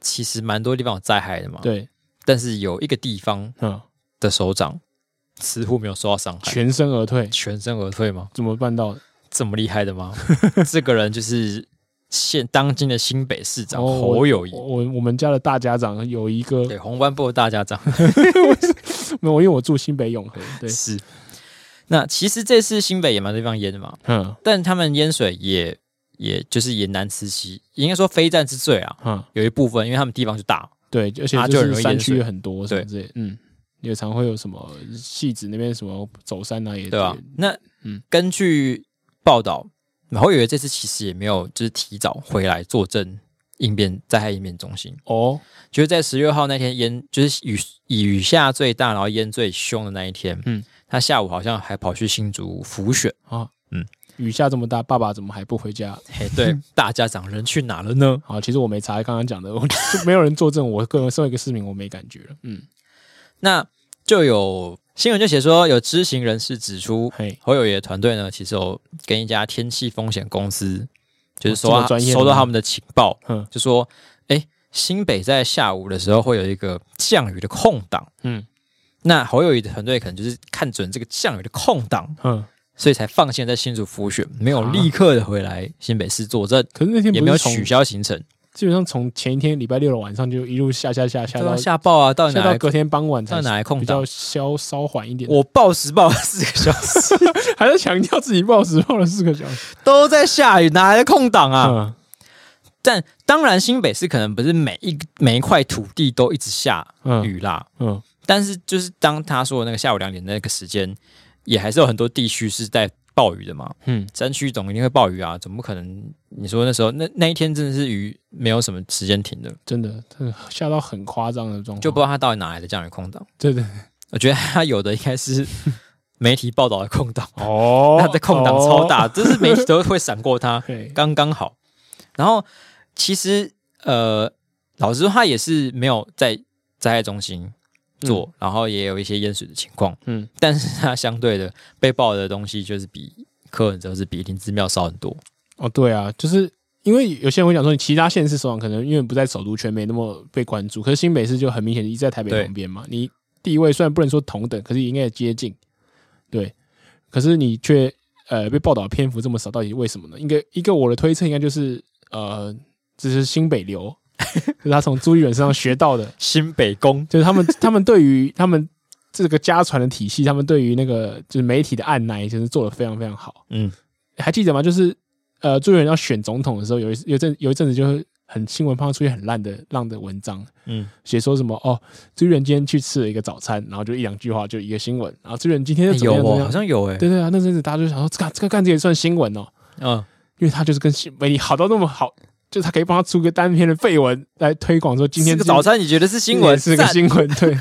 Speaker 1: 其实蛮多地方有灾害的嘛。。
Speaker 2: 对，
Speaker 1: 但是有一个地方
Speaker 2: 嗯，
Speaker 1: 的首长似乎没有受到伤害，
Speaker 2: 全身而退，
Speaker 1: 全身而退吗？
Speaker 2: 怎么办到的？
Speaker 1: 这么厉害的 吗？这个人就是现当今的新北市长
Speaker 2: 哦
Speaker 1: 侯友谊，
Speaker 2: 我我我们家的大家长有一个，
Speaker 1: 对红湾部的大家长。
Speaker 2: 没有，因为我住新北永和，对，
Speaker 1: 是。那其实这次新北也蛮多地方淹的嘛，
Speaker 2: 嗯
Speaker 1: 但他们淹水也也就是也难辞其，应该说非战之罪啊，
Speaker 2: 嗯，
Speaker 1: 有一部分因为他们地方就大，
Speaker 2: 对，而且
Speaker 1: 啊
Speaker 2: 就
Speaker 1: 就很容
Speaker 2: 是
Speaker 1: 易
Speaker 2: 山
Speaker 1: 淹
Speaker 2: 区
Speaker 1: 水
Speaker 2: 很多什么
Speaker 1: 对
Speaker 2: 之类的，嗯，也常会有什么戏子那边什么走山啊，也
Speaker 1: 对吧、
Speaker 2: 也
Speaker 1: 那
Speaker 2: 嗯
Speaker 1: 根据报道，侯友谊这次其实也没有就是提早回来坐镇应变灾害应变中心，
Speaker 2: 哦，
Speaker 1: 就是在十六号那天淹，就是雨雨下最大，然后淹最凶的那一天，
Speaker 2: 嗯
Speaker 1: 嗯，他下午好像还跑去新竹浮选，
Speaker 2: 啊
Speaker 1: 嗯
Speaker 2: 雨下这么大，爸爸怎么还不回家？
Speaker 1: 嘿，对，大家长人去哪了呢？
Speaker 2: 好，其实我没查，刚刚讲的，我就没有人作证，我个人身为一个市民，我没感觉了。嗯，
Speaker 1: 那就有新闻就写说，有知情人士指出，
Speaker 2: 嘿，
Speaker 1: 侯友谊的团队呢，其实有跟一家天气风险公司，就是收
Speaker 2: 哦这
Speaker 1: 到
Speaker 2: 么专业的吗
Speaker 1: 收到他们的情报
Speaker 2: 嗯，
Speaker 1: 就说，哎，新北在下午的时候会有一个降雨的空档，
Speaker 2: 嗯
Speaker 1: 嗯，那侯友谊的团队可能就是看准这个降雨的空档，
Speaker 2: 嗯，
Speaker 1: 所以才放线在新竹浮选，没有立刻的回来新北市坐镇，
Speaker 2: 可是那天
Speaker 1: 也
Speaker 2: 啊不
Speaker 1: 没
Speaker 2: 是
Speaker 1: 有
Speaker 2: 从
Speaker 1: 取，消行程，
Speaker 2: 基本上从前一天礼拜六的晚上就一路下下下下
Speaker 1: 对啊
Speaker 2: 到
Speaker 1: 下报啊，到底
Speaker 2: 下
Speaker 1: 哪
Speaker 2: 到
Speaker 1: 来
Speaker 2: 隔天傍晚才
Speaker 1: 到底哪来空
Speaker 2: 比
Speaker 1: 档
Speaker 2: 较？稍稍缓一点。
Speaker 1: 我报时报了 四个小时。
Speaker 2: 还在强调自己报时报了四个小时
Speaker 1: 都在下雨，哪来的空档啊？
Speaker 2: 啊，
Speaker 1: 但当然，新北市可能不是每一每一块土地都一直下
Speaker 2: 嗯
Speaker 1: 雨啦，
Speaker 2: 嗯
Speaker 1: 但是就是当他说的那个下午两点那个时间，也还是有很多地区是在暴雨的嘛。
Speaker 2: 嗯，
Speaker 1: 山区总一定会暴雨啊，怎么可能？你说那时候那那一天真的是雨，没有什么时间停的，
Speaker 2: 真的，真的下到很夸张的状况，
Speaker 1: 就不知道他到底哪来的降雨空档。
Speaker 2: 对对
Speaker 1: 我觉得他有的应该 是媒体报道的空档，
Speaker 2: 哦
Speaker 1: 他的空档超，
Speaker 2: 哦
Speaker 1: 大，这是媒体都会闪过他。
Speaker 2: 对，
Speaker 1: 刚刚好。然后其实呃，老实说，他也是没有在灾害中心做，然后也有一些淹水的情况，
Speaker 2: 嗯
Speaker 1: 但是他相对的被爆的东西就是比柯文哲是比林之妙少很多。
Speaker 2: 哦，对啊，就是因为有些人会讲说，你其他县市首长可能因为不在首都圈，没那么被关注，可是新北市就很明显一直在台北
Speaker 1: 对
Speaker 2: 旁边嘛，你地位虽然不能说同等，可是应该也接近，对，可是你却呃被报道的篇幅这么少，到底为什么呢？应该一个我的推测应该就是呃，这是新北流，就是他从朱一远身上学到的，
Speaker 1: 新北宫
Speaker 2: 就是他们他们对于他们这个家传的体系，他们对于那个就是媒体的按耐，就是做的非常非常好。
Speaker 1: 嗯，
Speaker 2: 还记得吗？就是呃，朱元璋选总统的时候，有一有一阵有一阵子就是很新闻上出现很烂的浪的文章，
Speaker 1: 嗯，
Speaker 2: 写说什么哦，朱元今天去吃了一个早餐，然后就一两句话就一个新闻，然后朱元今天又怎
Speaker 1: 有
Speaker 2: 么样怎么
Speaker 1: 哦，
Speaker 2: 样？
Speaker 1: 好像有哎、
Speaker 2: 对对啊，那阵子大家就想说，这个这个干这也算新闻哦，
Speaker 1: 嗯，
Speaker 2: 因为他就是跟新媒体好到那么好，就是他可以帮他出个单篇的废文来推广说今天
Speaker 1: 这个
Speaker 2: 就
Speaker 1: 早餐你觉得是新闻？
Speaker 2: 是个
Speaker 1: 赞
Speaker 2: 新闻， 对。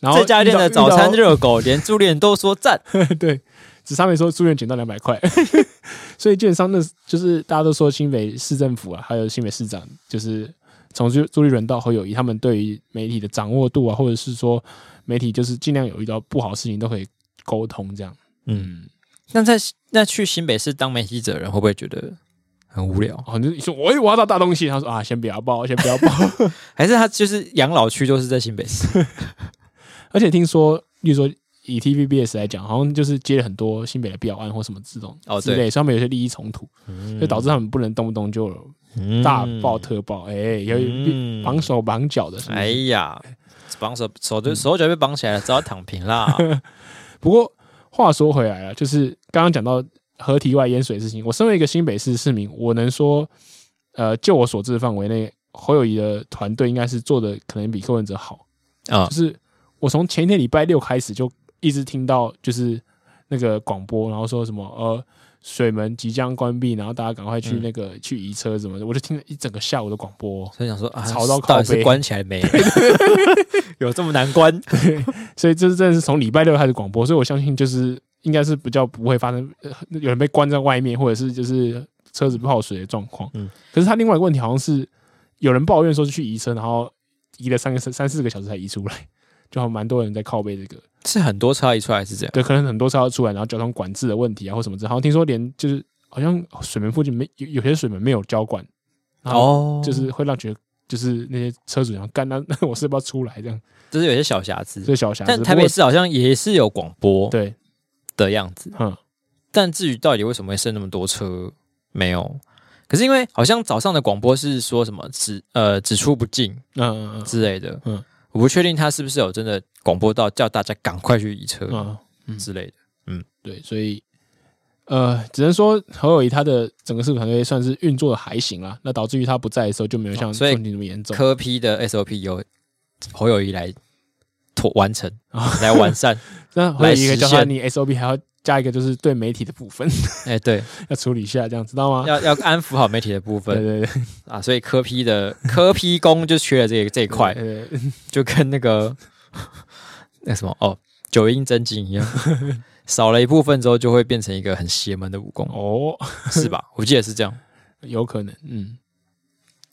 Speaker 2: 然后
Speaker 1: 这家店的早餐
Speaker 2: 遇到
Speaker 1: 热 狗，连朱连都说赞。
Speaker 2: 对，只上面说住院减到两百块， 所以基本上那就是大家都说新北市政府啊，还有新北市长，就是从朱朱立伦到侯友谊，他们对于媒体的掌握度啊，或者是说媒体就是尽量有遇到不好的事情都可以沟通这样。
Speaker 1: 嗯，
Speaker 2: 嗯，
Speaker 1: 那在那去新北市当媒体者的人会不会觉得很无聊？
Speaker 2: 哦，就是你说我我要到大东西，他说啊，先不要报，先不要报。
Speaker 1: 还是他就是养老区都是在新北市？
Speaker 2: 而且听说，例如说以 TVBS 来讲，好像就是接了很多新北的标案或什么这种
Speaker 1: 哦
Speaker 2: 之类，
Speaker 1: 对
Speaker 2: 所以他们有些利益冲突，所以导致他们不能动不动就大爆特爆，哎、有
Speaker 1: 嗯
Speaker 2: 绑嗯手绑脚的，是不是
Speaker 1: 哎呀，绑手手就手脚被绑起来了，只好躺平 啦。
Speaker 2: 不过话说回来了，啊就是刚刚讲到河堤外淹水的事情，我身为一个新北市市民，我能说，呃，就我所知的范围内，侯友谊的团队应该是做的可能比柯文哲好，
Speaker 1: 啊
Speaker 2: 就，是我从前一天礼拜六开始就一直听到就是那个广播，然后说什么呃水门即将关闭，然后大家赶快去
Speaker 1: 嗯
Speaker 2: 那个、去移车什么的，我就听了一整个下午的广播哦，
Speaker 1: 所以想说啊，
Speaker 2: 吵到靠
Speaker 1: 到底是
Speaker 2: 背
Speaker 1: 关起来 没？ 有这么难关？
Speaker 2: 所以这真的是从礼拜六开始广播，所以我相信就是应该是比较不会发生、呃有人被关在外面，或者是就是车子泡水的状况。
Speaker 1: 嗯，
Speaker 2: 可是他另外一个问题好像是有人抱怨说是去移车，然后移了三个三四个小时才移出来，就还蛮多人在靠背这个。
Speaker 1: 是很多差异出来是这样。
Speaker 2: 对，可能很多车要出来，然后交通管制的问题啊，或什么之类。好像听说连就是好像水门附近没有有些水门没有交管，然后
Speaker 1: 哦，
Speaker 2: 就是会让觉得就是那些车主想干那那我是不是要出来这样，
Speaker 1: 就是有些小瑕疵。
Speaker 2: 这小瑕疵。
Speaker 1: 但台
Speaker 2: 不
Speaker 1: 北
Speaker 2: 过
Speaker 1: 市好像也是有广播
Speaker 2: 对，
Speaker 1: 的样子，
Speaker 2: 嗯，
Speaker 1: 但至于到底为什么会剩那么多车，没有。可是因为好像早上的广播是说什么只呃只出不进
Speaker 2: 嗯嗯
Speaker 1: 之类的，
Speaker 2: 嗯
Speaker 1: 嗯，我不确定他是不是有真的广播到叫大家赶快去移车
Speaker 2: 嗯嗯，
Speaker 1: 之类的。
Speaker 2: 对，所以呃，只能说侯友谊他的整个市府团队算是运作的还行啦，那导致于他不在的时候就没有像
Speaker 1: 哦所以
Speaker 2: 问题那么严重。
Speaker 1: 科批的 SOP 由侯友谊来妥完成
Speaker 2: 哦，
Speaker 1: 来完 善。
Speaker 2: 那侯友谊可以
Speaker 1: 来
Speaker 2: 叫
Speaker 1: 实
Speaker 2: 他
Speaker 1: 现
Speaker 2: 你 SOP 还要加一个就是对媒体的部分
Speaker 1: 哎，对，
Speaker 2: 要处理一下，这样知道吗？
Speaker 1: 要要安抚好媒体的部
Speaker 2: 对
Speaker 1: 分
Speaker 2: 对对，
Speaker 1: 啊，所以科批的科批工就缺了这个这一块，
Speaker 2: 对对对
Speaker 1: 就跟那个那什么哦，九阴真经一 样，少了一部分之后，就会变成一个很邪门的武功，
Speaker 2: 哦，
Speaker 1: 是吧？我记得是这样。
Speaker 2: 有可能，嗯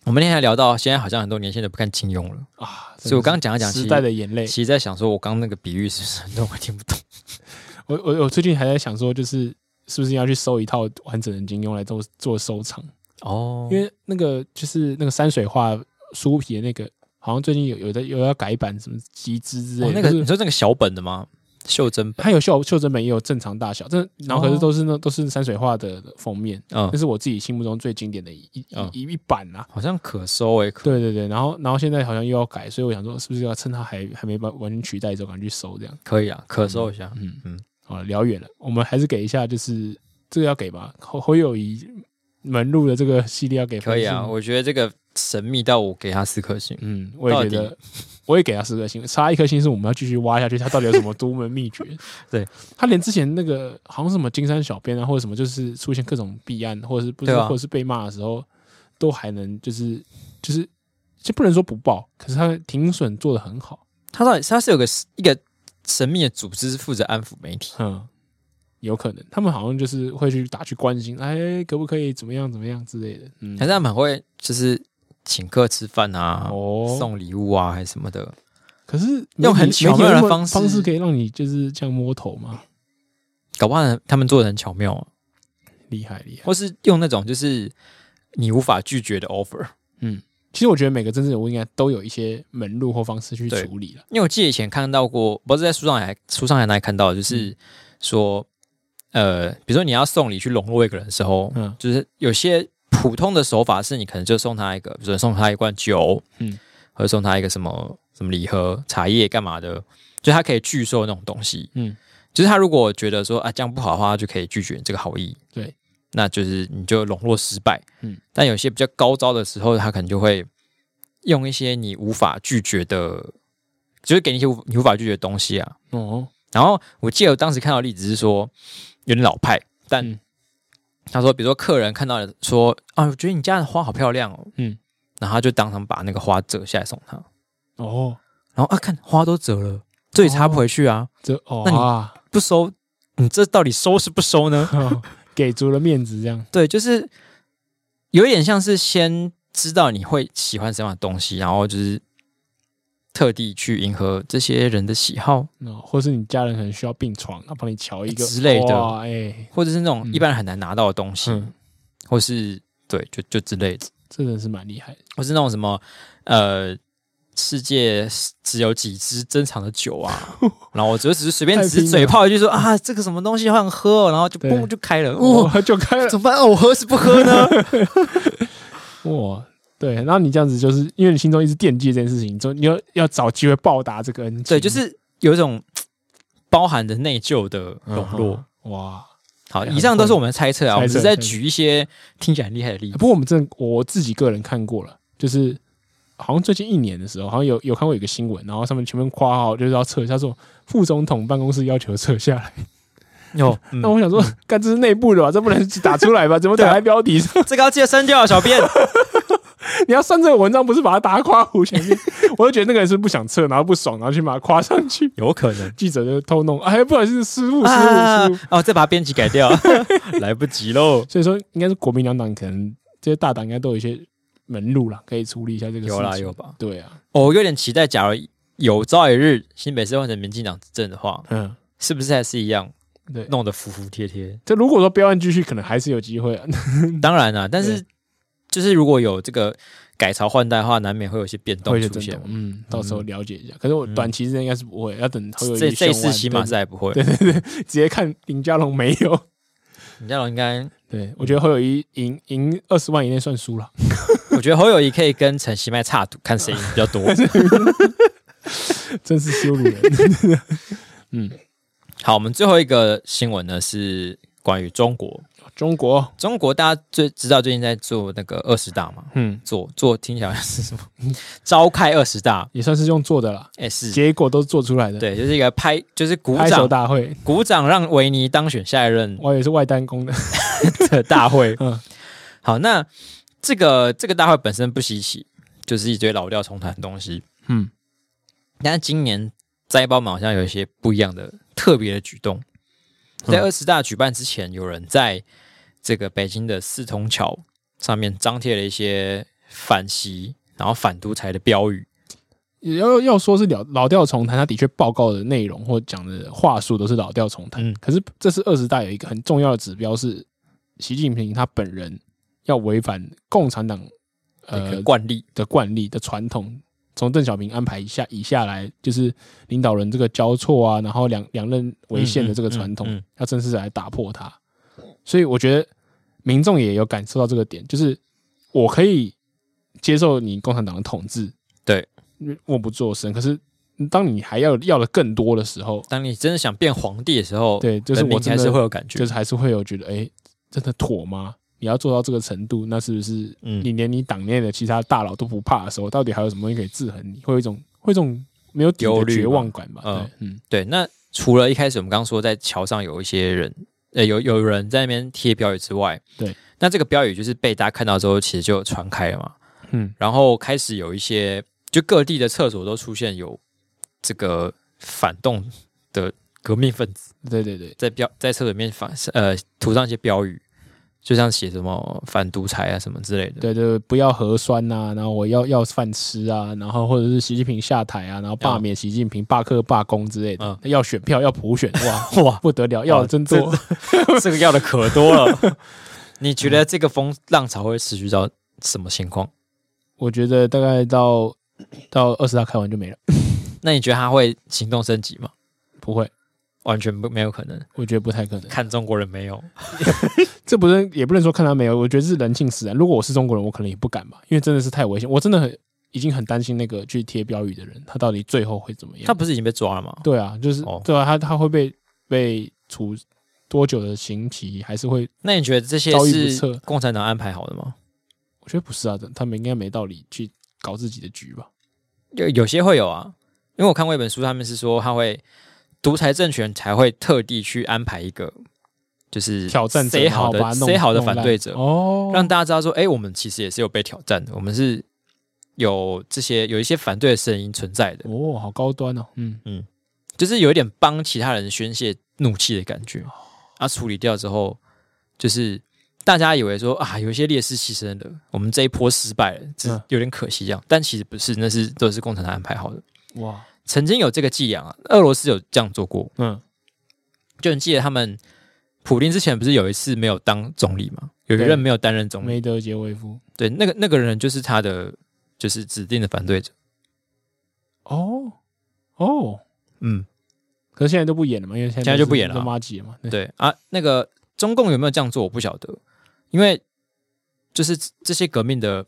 Speaker 1: 我们那天还聊到，现在好像很多年轻人不看金庸了，
Speaker 2: 啊，
Speaker 1: 所以我刚刚
Speaker 2: 真
Speaker 1: 讲
Speaker 2: 的
Speaker 1: 一讲，
Speaker 2: 是
Speaker 1: 其
Speaker 2: 时代
Speaker 1: 实
Speaker 2: 的眼泪
Speaker 1: 其。实在想说，我刚刚那个比喻是不是很多人听不懂？
Speaker 2: 我我我最近还在想说，就是是不是要去收一套完整的金庸来做做收藏，
Speaker 1: 哦，
Speaker 2: 因为那个就是那个山水画书皮的那个，好像最近有有的有要改版什么集资之类
Speaker 1: 哦
Speaker 2: 的，
Speaker 1: 那个
Speaker 2: 就
Speaker 1: 你
Speaker 2: 是
Speaker 1: 说那个小本的吗？袖珍本，
Speaker 2: 它有袖袖珍本也有正常大小，这然后可是
Speaker 1: 哦
Speaker 2: 都是那都是山水画的封面，
Speaker 1: 嗯
Speaker 2: 那，是我自己心目中最经典的一一
Speaker 1: 嗯
Speaker 2: 一一版啊。
Speaker 1: 好像可收诶、可
Speaker 2: 对对对，然后然后现在好像又要改，所以我想说，是不是要趁它还还没完完全取代之后，赶紧去收这样。
Speaker 1: 可以啊，可收一下。
Speaker 2: 嗯嗯
Speaker 1: 嗯，
Speaker 2: 好，聊远了，我们还是给一下，就是这个要给吧，侯侯友谊门路的这个系列要给分
Speaker 1: 可以
Speaker 2: 数
Speaker 1: 啊，
Speaker 2: 吗
Speaker 1: 我觉得这个神秘到我给他四颗星。
Speaker 2: 嗯，我也觉
Speaker 1: 到？
Speaker 2: 得，我也给他四颗星，差一颗星是我们要继续挖下去，他到底有什么独门秘诀
Speaker 1: 对
Speaker 2: 他连之前那个好像什么金山小编啊，或者什么，就是出现各种弊案，或者是不是，
Speaker 1: 对啊
Speaker 2: 或者是被骂的时候，都还能就是就是，就不能说不报，可是他停损做的很好，
Speaker 1: 他到底他是有个一个神秘的组织是负责安抚媒体，
Speaker 2: 嗯，有可能他们好像就是会去打去关心，哎，可不可以怎么样怎么样之类的，嗯，
Speaker 1: 还是他们很会就是请客吃饭啊，
Speaker 2: 哦
Speaker 1: 送礼物啊，还是什么的。
Speaker 2: 可是媒
Speaker 1: 用
Speaker 2: 体
Speaker 1: 很
Speaker 2: 媒体
Speaker 1: 巧妙
Speaker 2: 有
Speaker 1: 的
Speaker 2: 那么
Speaker 1: 方式
Speaker 2: 方式可以让你就是这样摸头嘛，
Speaker 1: 搞不好他们做的很巧妙啊，
Speaker 2: 厉害厉害。
Speaker 1: 或是用那种就是你无法拒绝的 offer。
Speaker 2: 其实我觉得每个政治人物应该都有一些门路或方式去
Speaker 1: 对
Speaker 2: 处理了。
Speaker 1: 因为我记得以前看到过，不是在书上还书上还哪里看到的，就是说，呃，比如说你要送礼去笼络一个人的时候，
Speaker 2: 嗯
Speaker 1: 就是有些普通的手法是你可能就送他一个，比如说送他一罐酒，
Speaker 2: 嗯
Speaker 1: 嗯，或者送他一个什么什么礼盒、茶叶干嘛的，就他可以拒收那种东西，
Speaker 2: 嗯
Speaker 1: 嗯，就是他如果觉得说啊这样不好的话，他就可以拒绝你这个好意，
Speaker 2: 对，
Speaker 1: 那就是你就笼络失败，
Speaker 2: 嗯
Speaker 1: 嗯，但有些比较高招的时候，他可能就会用一些你无法拒绝的，就是给你一些无你无法拒绝的东西啊，
Speaker 2: 哦，
Speaker 1: 然后我记得我当时看到的例子是说有点老派，
Speaker 2: 嗯
Speaker 1: 但他说，比如说客人看到了说啊，我觉得你家的花好漂亮哦，
Speaker 2: 嗯
Speaker 1: 嗯，然后他就当场把那个花折下来送他，
Speaker 2: 哦，
Speaker 1: 然后啊，看花都折了，这也插不回去啊，
Speaker 2: 这哦
Speaker 1: 那你
Speaker 2: 啊，
Speaker 1: 不收，你这到底收是不收呢？
Speaker 2: 哦 给足了面子这样。
Speaker 1: 对，就是有一点像是先知道你会喜欢什么样的东西，然后就是特地去迎合这些人的喜好，
Speaker 2: 哦，或是你家人可能需要病床，他帮你瞧一个
Speaker 1: 之类的
Speaker 2: 哇哎，
Speaker 1: 或者是那种
Speaker 2: 嗯
Speaker 1: 一般人很难拿到的东西，
Speaker 2: 嗯，
Speaker 1: 或是对，就就之类的。
Speaker 2: 这真的是蛮厉害的。
Speaker 1: 或是那种什么呃，世界只有几支珍藏的酒 啊，然后我只是只是随便
Speaker 2: 太
Speaker 1: 只是
Speaker 2: 拼
Speaker 1: 嘴
Speaker 2: 了
Speaker 1: 炮一句说啊，这个什么东西好想喝、哦，然后就
Speaker 2: 对
Speaker 1: 嘣就开了，哇、
Speaker 2: 哇，就开了
Speaker 1: 怎么办、哦我喝是不喝呢？
Speaker 2: 哇，对，然后你这样子就是因为你心中一直惦记这件事情，就你要要找机会报答这个恩 情。
Speaker 1: 对，就是有一种包含着内疚的
Speaker 2: 嗯
Speaker 1: 笼络。
Speaker 2: 哼哇。
Speaker 1: 好，
Speaker 2: 哎
Speaker 1: 以上都是我们的猜测啊，
Speaker 2: 很
Speaker 1: 我们
Speaker 2: 会
Speaker 1: 只是
Speaker 2: 猜
Speaker 1: 在
Speaker 2: 测
Speaker 1: 举一些听起来很厉害的例
Speaker 2: 呃不
Speaker 1: 子。
Speaker 2: 过我们真的我自己个人看过了，就是好像最近一年的时候，好像有有看过有一个新闻，然后上面前面括号就是要撤下，说副总统办公室要求撤下来。
Speaker 1: 哦，
Speaker 2: 那我想说，干这是内部的吧，这不能打出 来吧？怎么
Speaker 1: 啊
Speaker 2: 打在标题上？
Speaker 1: 这个要记得删掉啊，小编。
Speaker 2: 你要算这个文章，不是把它打夸弧前 面？我就觉得那个人是不想撤，然后不爽，然后去把它夸上去。
Speaker 1: 有可能
Speaker 2: 记者就偷弄，哎，不小心失误，失误，
Speaker 1: 啊
Speaker 2: 失误。，
Speaker 1: 哦，再把它编辑改掉， 来不及喽。
Speaker 2: 所以说，应该是国民两党可能这些大党应该都有一些门路啦，可以处理一下这个事情。
Speaker 1: 有啦有吧？
Speaker 2: 对啊，
Speaker 1: 哦我有点期待，假如有朝一日新北市换成民进党执政的话，
Speaker 2: 嗯，
Speaker 1: 是不是还是一样
Speaker 2: 对。
Speaker 1: 弄得服服帖帖？
Speaker 2: 这如果说标案继续，可能还是有机会啊。
Speaker 1: 当然啦、但是就是如果有这个改朝换代的话，难免会有一些变动
Speaker 2: 会是
Speaker 1: 出
Speaker 2: 真
Speaker 1: 现嗯
Speaker 2: 的。，嗯，到时候了解一下。可是我短期之内应该是不会，要等侯友宜
Speaker 1: 这这一次
Speaker 2: 选完
Speaker 1: 起码
Speaker 2: 对
Speaker 1: 是还不会，
Speaker 2: 直接看林佳龙没有。
Speaker 1: 林佳龙应该，
Speaker 2: 对，我觉得侯友宜赢赢二十万以内算输了。
Speaker 1: 我觉得侯友谊可以跟陈其迈差赌，看谁赢比较 多。
Speaker 2: 真是羞辱人。嗯，
Speaker 1: 好，我们最后一个新闻呢是关于中国。
Speaker 2: 中国，
Speaker 1: 中国大家最知道最近在做那个二十大嘛？
Speaker 2: 嗯，
Speaker 1: 做做听起来是 什么？召开二十大，
Speaker 2: 也算是用做的啦，
Speaker 1: 哎、是
Speaker 2: 结果都做出来的。，
Speaker 1: 对，就是一个拍，就是鼓
Speaker 2: 拍手
Speaker 1: 掌
Speaker 2: 大会，
Speaker 1: 鼓掌让维尼当选下一任
Speaker 2: 我也是外单工的。
Speaker 1: 的大会。
Speaker 2: 嗯
Speaker 1: 好，那这个这个大会本身不稀奇，就是一堆老调重弹的东西。
Speaker 2: 嗯，
Speaker 1: 但今年斋包们好像有一些不一样的特别的举动。在
Speaker 2: 嗯
Speaker 1: 二十大举办之前，有人在这个北京的四通桥上面张贴了一些反习，然后反独裁的标语。
Speaker 2: 也要要说是老老调重弹，他的确报告的内容或讲的话术都是老调重弹。
Speaker 1: 嗯
Speaker 2: 可是这次二十大有一个很重要的指标是，习近平他本人要违反共产党
Speaker 1: 呃，
Speaker 2: 呃
Speaker 1: 惯例
Speaker 2: 的惯例的传统，从邓小平安排以下以下来，就是领导人这个交错啊，然后两两任为限的这个传统，
Speaker 1: 嗯嗯嗯嗯
Speaker 2: 要正式来打破它。所以我觉得民众也有感受到这个点，就是我可以接受你共产党的统治，
Speaker 1: 对，
Speaker 2: 默不作声。可是当你还要要的更多的时候，
Speaker 1: 当你真的想变皇帝的时候，
Speaker 2: 对，就是
Speaker 1: 人
Speaker 2: 我
Speaker 1: 民
Speaker 2: 真
Speaker 1: 还
Speaker 2: 的
Speaker 1: 是会有感觉。
Speaker 2: 就是还是会有觉得，哎、真的妥吗？你要做到这个程度，那是不是
Speaker 1: 嗯
Speaker 2: 你连你党内的其他大佬都不怕的时候，到底还有什么东西可以制衡你？会有一种会有一种没有底
Speaker 1: 忧
Speaker 2: 的
Speaker 1: 虑
Speaker 2: 绝
Speaker 1: 吧
Speaker 2: 望感吧？
Speaker 1: 嗯
Speaker 2: 对，嗯，
Speaker 1: 对，那除了一开始我们刚刚说在桥上有一些人，呃，有有人在那边贴标语之外，
Speaker 2: 对，
Speaker 1: 那这个标语就是被大家看到之后，其实就传开了嘛，
Speaker 2: 嗯，
Speaker 1: 然后开始有一些，就各地的厕所都出现有这个反动的革命分子
Speaker 2: 对对对，
Speaker 1: 在标在厕所里面反呃涂上一些标语，就像写什么反独裁啊什么之类的，
Speaker 2: 对对，不要核酸呐、然后我要要饭吃啊，然后或者是习近平下台啊，然后罢
Speaker 1: 嗯，
Speaker 2: 免习近平、罢课、罢工之类的，要选票，要普选，哇
Speaker 1: 哇，
Speaker 2: 不得了，要的真
Speaker 1: 这
Speaker 2: 多。
Speaker 1: 这个要的可多了。 你觉得这个风浪潮会持续到什么情况？
Speaker 2: 我觉得大概到到二十大开完就没了，
Speaker 1: 那你觉得他会行动升级吗？
Speaker 2: 不会，
Speaker 1: 完全不没有可能，
Speaker 2: 我觉得不太可能。
Speaker 1: 看中国人没有，
Speaker 2: 这不是也不能说看他没有，我觉得是人性使然。如果我是中国人，我可能也不敢吧，因为真的是太危险。我真的很已经很担心那个去贴标语的人，他到底最后会怎么
Speaker 1: 他
Speaker 2: 样？
Speaker 1: 不是已经被抓了吗？
Speaker 2: 对啊，就是、
Speaker 1: 哦
Speaker 2: 对啊，他他会被被处多久的刑期，还是会？
Speaker 1: 那你觉得这些
Speaker 2: 遭遇不测
Speaker 1: 是共产党安排好的吗？
Speaker 2: 我觉得不是啊，他们应该没道理去搞自己的局吧？
Speaker 1: 有有些会有啊，因为我看过一本书，他们是说他会独裁政权才会特地去安排一个就是
Speaker 2: 挑战者
Speaker 1: 谁好
Speaker 2: 然后把
Speaker 1: 的
Speaker 2: 他弄
Speaker 1: 谁好的
Speaker 2: 弄烂
Speaker 1: 反对者，
Speaker 2: 哦，
Speaker 1: 让大家知道说，哎、我们其实也是有被挑战的，我们是有这些有一些反对的声音存在的，
Speaker 2: 哦，好高端哦，嗯，
Speaker 1: 就是有一点帮其他人宣泄怒气的感觉。啊，处理掉之后，就是大家以为说啊，有一些烈士牺牲了，我们这一波失败了，这
Speaker 2: 嗯
Speaker 1: 有点可惜这样。但其实不是，那是都是共产党安排好的。
Speaker 2: 哇，
Speaker 1: 曾经有这个伎俩啊，俄罗斯有这样做过。
Speaker 2: 嗯，
Speaker 1: 就你记得他们普丁之前不是有一次没有当总理嘛？有一
Speaker 2: 对
Speaker 1: 任没有担任总理，
Speaker 2: 梅德杰维夫，
Speaker 1: 对，那个那个人就是他的就是指定的反对者。
Speaker 2: 哦哦，
Speaker 1: 嗯，
Speaker 2: 可是现在都不演了嘛，因为现在
Speaker 1: 现在就不演了啊
Speaker 2: 都妈姐嘛，对
Speaker 1: 对啊，那个中共有没有这样做，我不晓得，因为就是这这些革命的，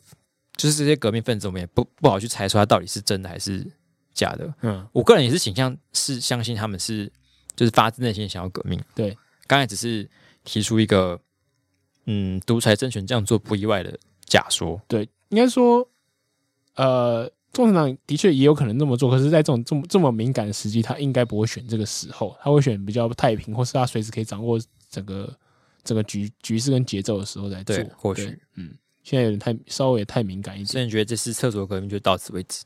Speaker 1: 就是这些革命分子，我们也不不好去猜出他到底是真的还是假的。
Speaker 2: 嗯，
Speaker 1: 我个人也是倾向是相信他们是就是发自内心想要革命，
Speaker 2: 对，
Speaker 1: 刚才只是提出一个嗯，独裁政权这样做不意外的假说，
Speaker 2: 对，应该说，呃，共产党的确也有可能这么做，可是，在这种这么这么敏感的时机，他应该不会选这个时候，他会选比较太平，或是他随时可以掌握整个整个局局势跟节奏的时候来做。
Speaker 1: 对，或许嗯
Speaker 2: 对。现在有点太稍微也太敏感一点。
Speaker 1: 所以你觉得这次厕所革命就到此为止？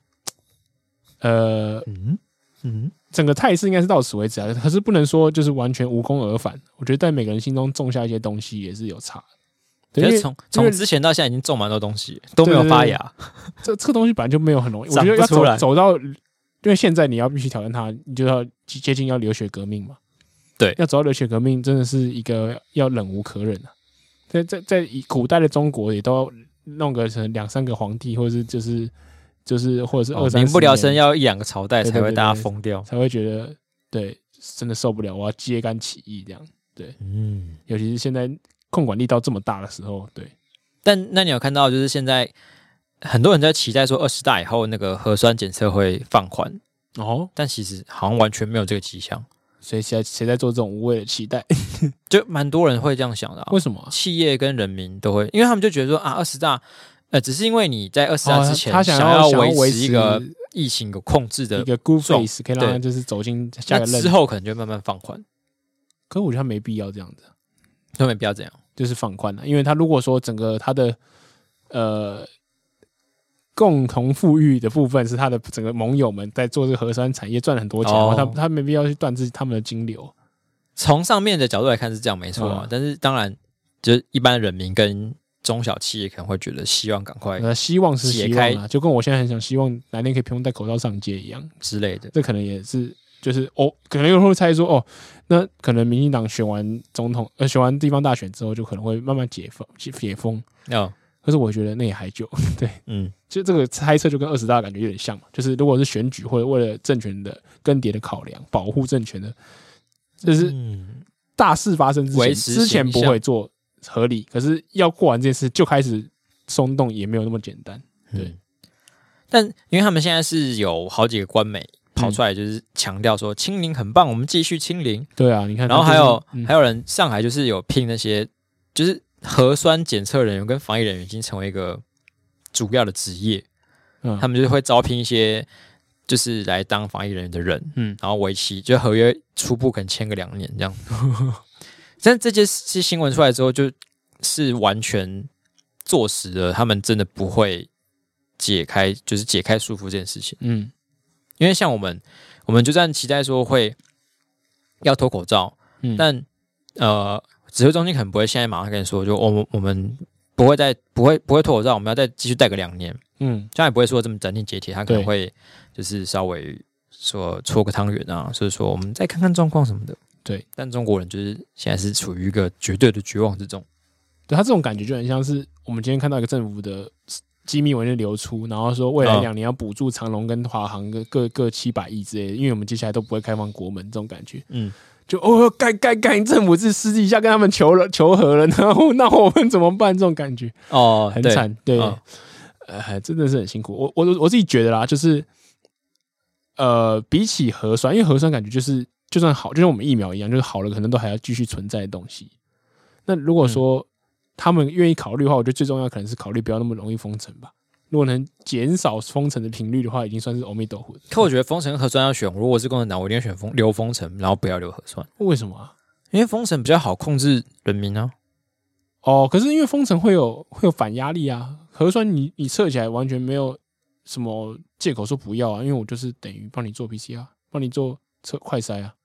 Speaker 2: 呃，
Speaker 1: 嗯嗯，
Speaker 2: 整个态势应该是到此为止啊，可是不能说就是完全无功而返。我觉得在每个人心中种下一些东西也是有差的。对，
Speaker 1: 可
Speaker 2: 因
Speaker 1: 是
Speaker 2: 为
Speaker 1: 从
Speaker 2: 因
Speaker 1: 从
Speaker 2: 为
Speaker 1: 之前到现在已经种蛮多东西，都没有发芽。
Speaker 2: 这这个东西本来就没有很容易，我
Speaker 1: 长
Speaker 2: 觉得
Speaker 1: 不
Speaker 2: 要
Speaker 1: 出
Speaker 2: 走
Speaker 1: 来
Speaker 2: 走到，因为现在你要必须挑战它，你就要接接近要流血革命嘛。
Speaker 1: 对
Speaker 2: 要走到流血革命，真的是一个要忍无可忍啊。在在在以古代的中国，也都要弄个成两三个皇帝，或者是就是就是或者是
Speaker 1: 哦
Speaker 2: 二三
Speaker 1: 民不聊
Speaker 2: 十
Speaker 1: 生，
Speaker 2: 年
Speaker 1: 要一两个朝代
Speaker 2: 对对
Speaker 1: 才会
Speaker 2: 对
Speaker 1: 大家
Speaker 2: 对
Speaker 1: 疯掉。
Speaker 2: 才会觉得对，真的受不了，我要揭竿起义这样。
Speaker 1: 嗯，
Speaker 2: 尤其是现在控管力道这么大的时候，对，
Speaker 1: 但那你有看到就是现在很多人在期待说二十大以后那个核酸检测会放宽，
Speaker 2: 哦，
Speaker 1: 但其实好像完全没有这个迹象，
Speaker 2: 所以谁谁在做这种无谓的期待？
Speaker 1: 就蛮多人会这样想的、啊
Speaker 2: 为。什么啊？
Speaker 1: 企业跟人民都会，因为他们就觉得说啊，二十大，呃，只是因为你在二十大
Speaker 2: 哦
Speaker 1: 之前、
Speaker 2: 他想
Speaker 1: 想
Speaker 2: 要想要维
Speaker 1: 维
Speaker 2: 持
Speaker 1: 持一个疫情有控制
Speaker 2: 一
Speaker 1: 的，
Speaker 2: 个 good
Speaker 1: 撞
Speaker 2: face 可以让他
Speaker 1: 对
Speaker 2: 就是走进下
Speaker 1: 那
Speaker 2: 个
Speaker 1: 之
Speaker 2: 任，
Speaker 1: 后可能就慢慢放宽，
Speaker 2: 可我觉得他没必要这样子，
Speaker 1: 他们不要这样。
Speaker 2: 就是放宽了，因为他如果说整个他的呃共同富裕的部分是他的整个盟友们在做这个核酸产业赚了很多钱，
Speaker 1: 哦
Speaker 2: 然后他他没必要去断自己他们的金流，
Speaker 1: 从上面的角度来看是这样没错啊，
Speaker 2: 嗯
Speaker 1: 但是当然，就是一般人民跟中小企业可能会觉得希望赶快
Speaker 2: 呃，希望是
Speaker 1: 解
Speaker 2: 希望啊，
Speaker 1: 开
Speaker 2: 就跟我现在很想希望哪天可以不用戴口罩上街一样，
Speaker 1: 之类的，
Speaker 2: 这可能也是。就是哦，可能有人会猜说，哦，那可能民进党选完总统，呃，选完地方大选之后，就可能会慢慢解封，解解封。
Speaker 1: 嗯
Speaker 2: 可是我觉得那也还久，对，
Speaker 1: 嗯，
Speaker 2: 就这个猜测就跟二十大感觉有点像嘛，就是如果是选举或者为了政权的更迭的考量，保护政权的，就是
Speaker 1: 嗯
Speaker 2: 大事发生之前，
Speaker 1: 维持
Speaker 2: 之前
Speaker 1: 形
Speaker 2: 不
Speaker 1: 象
Speaker 2: 会做合理，可是要过完这件事就开始松动，也没有那么简单。对
Speaker 1: 嗯但因为他们现在是有好几个官媒跑出来，就是强调说清零很棒，我们继续清零。
Speaker 2: 对啊，你看，
Speaker 1: 然后还有、
Speaker 2: 他就是嗯
Speaker 1: 还有人上海就是有聘那些就是核酸检测人员跟防疫人员已经成为一个主要的职业，
Speaker 2: 嗯
Speaker 1: 他们就会招聘一些就是来当防疫人员的人，
Speaker 2: 嗯
Speaker 1: 嗯，然后为期就合约初步可能签个两年这样。 但这些这些新闻出来之后，就是完全坐实了他们真的不会解开，就是解开束缚这件事情。
Speaker 2: 嗯
Speaker 1: 因为像我们，我们就算期待说会要脱口罩，
Speaker 2: 嗯
Speaker 1: 但呃，指挥中心可能不会现在马上跟你说，就我们我们不会再不会不会脱口罩，我们要再继续戴个两年，
Speaker 2: 嗯
Speaker 1: 这样也不会说这么斩钉截铁，他可能
Speaker 2: 对
Speaker 1: 会就是稍微说搓个汤圆啊，所以说我们再看看状况什么的。
Speaker 2: 对，
Speaker 1: 但中国人就是现在是处于一个绝对的绝望之中。
Speaker 2: 对他这种感觉就很像是我们今天看到一个政府的机密文件流出，然后说未来
Speaker 1: 嗯
Speaker 2: 两年要补助长隆跟华航各各各七百亿之类的，因为我们接下来都不会开放国门，这种感觉。
Speaker 1: 嗯，
Speaker 2: 就哦，干干干，政府是私底下跟他们求了求和了，然后那我们怎么办？这种感觉
Speaker 1: 哦，
Speaker 2: 很
Speaker 1: 对，
Speaker 2: 惨，对，
Speaker 1: 嗯
Speaker 2: 呃，真的是很辛苦。我我我自己觉得啦，就是呃，比起核酸，因为核酸感觉就是就算好，就像我们疫苗一样，就是好了，可能都还要继续存在的东西。那如果说、他们愿意考虑的话，我觉得最重要可能是考虑不要那么容易封城吧。如果能减少封城的频率的话，已经算是欧米斗魂。
Speaker 1: 可我觉得封城和核酸要选，如果我是共产党，我一定会选封留封城，然后不要留核酸。
Speaker 2: 为什么啊？
Speaker 1: 因为封城比较好控制人民啊。
Speaker 2: 哦，可是因为封城会有会有反压力啊，核酸你你测起来完全没有什么借口说不要啊，因为我就是等于帮你做 PCR，帮你做测快筛啊，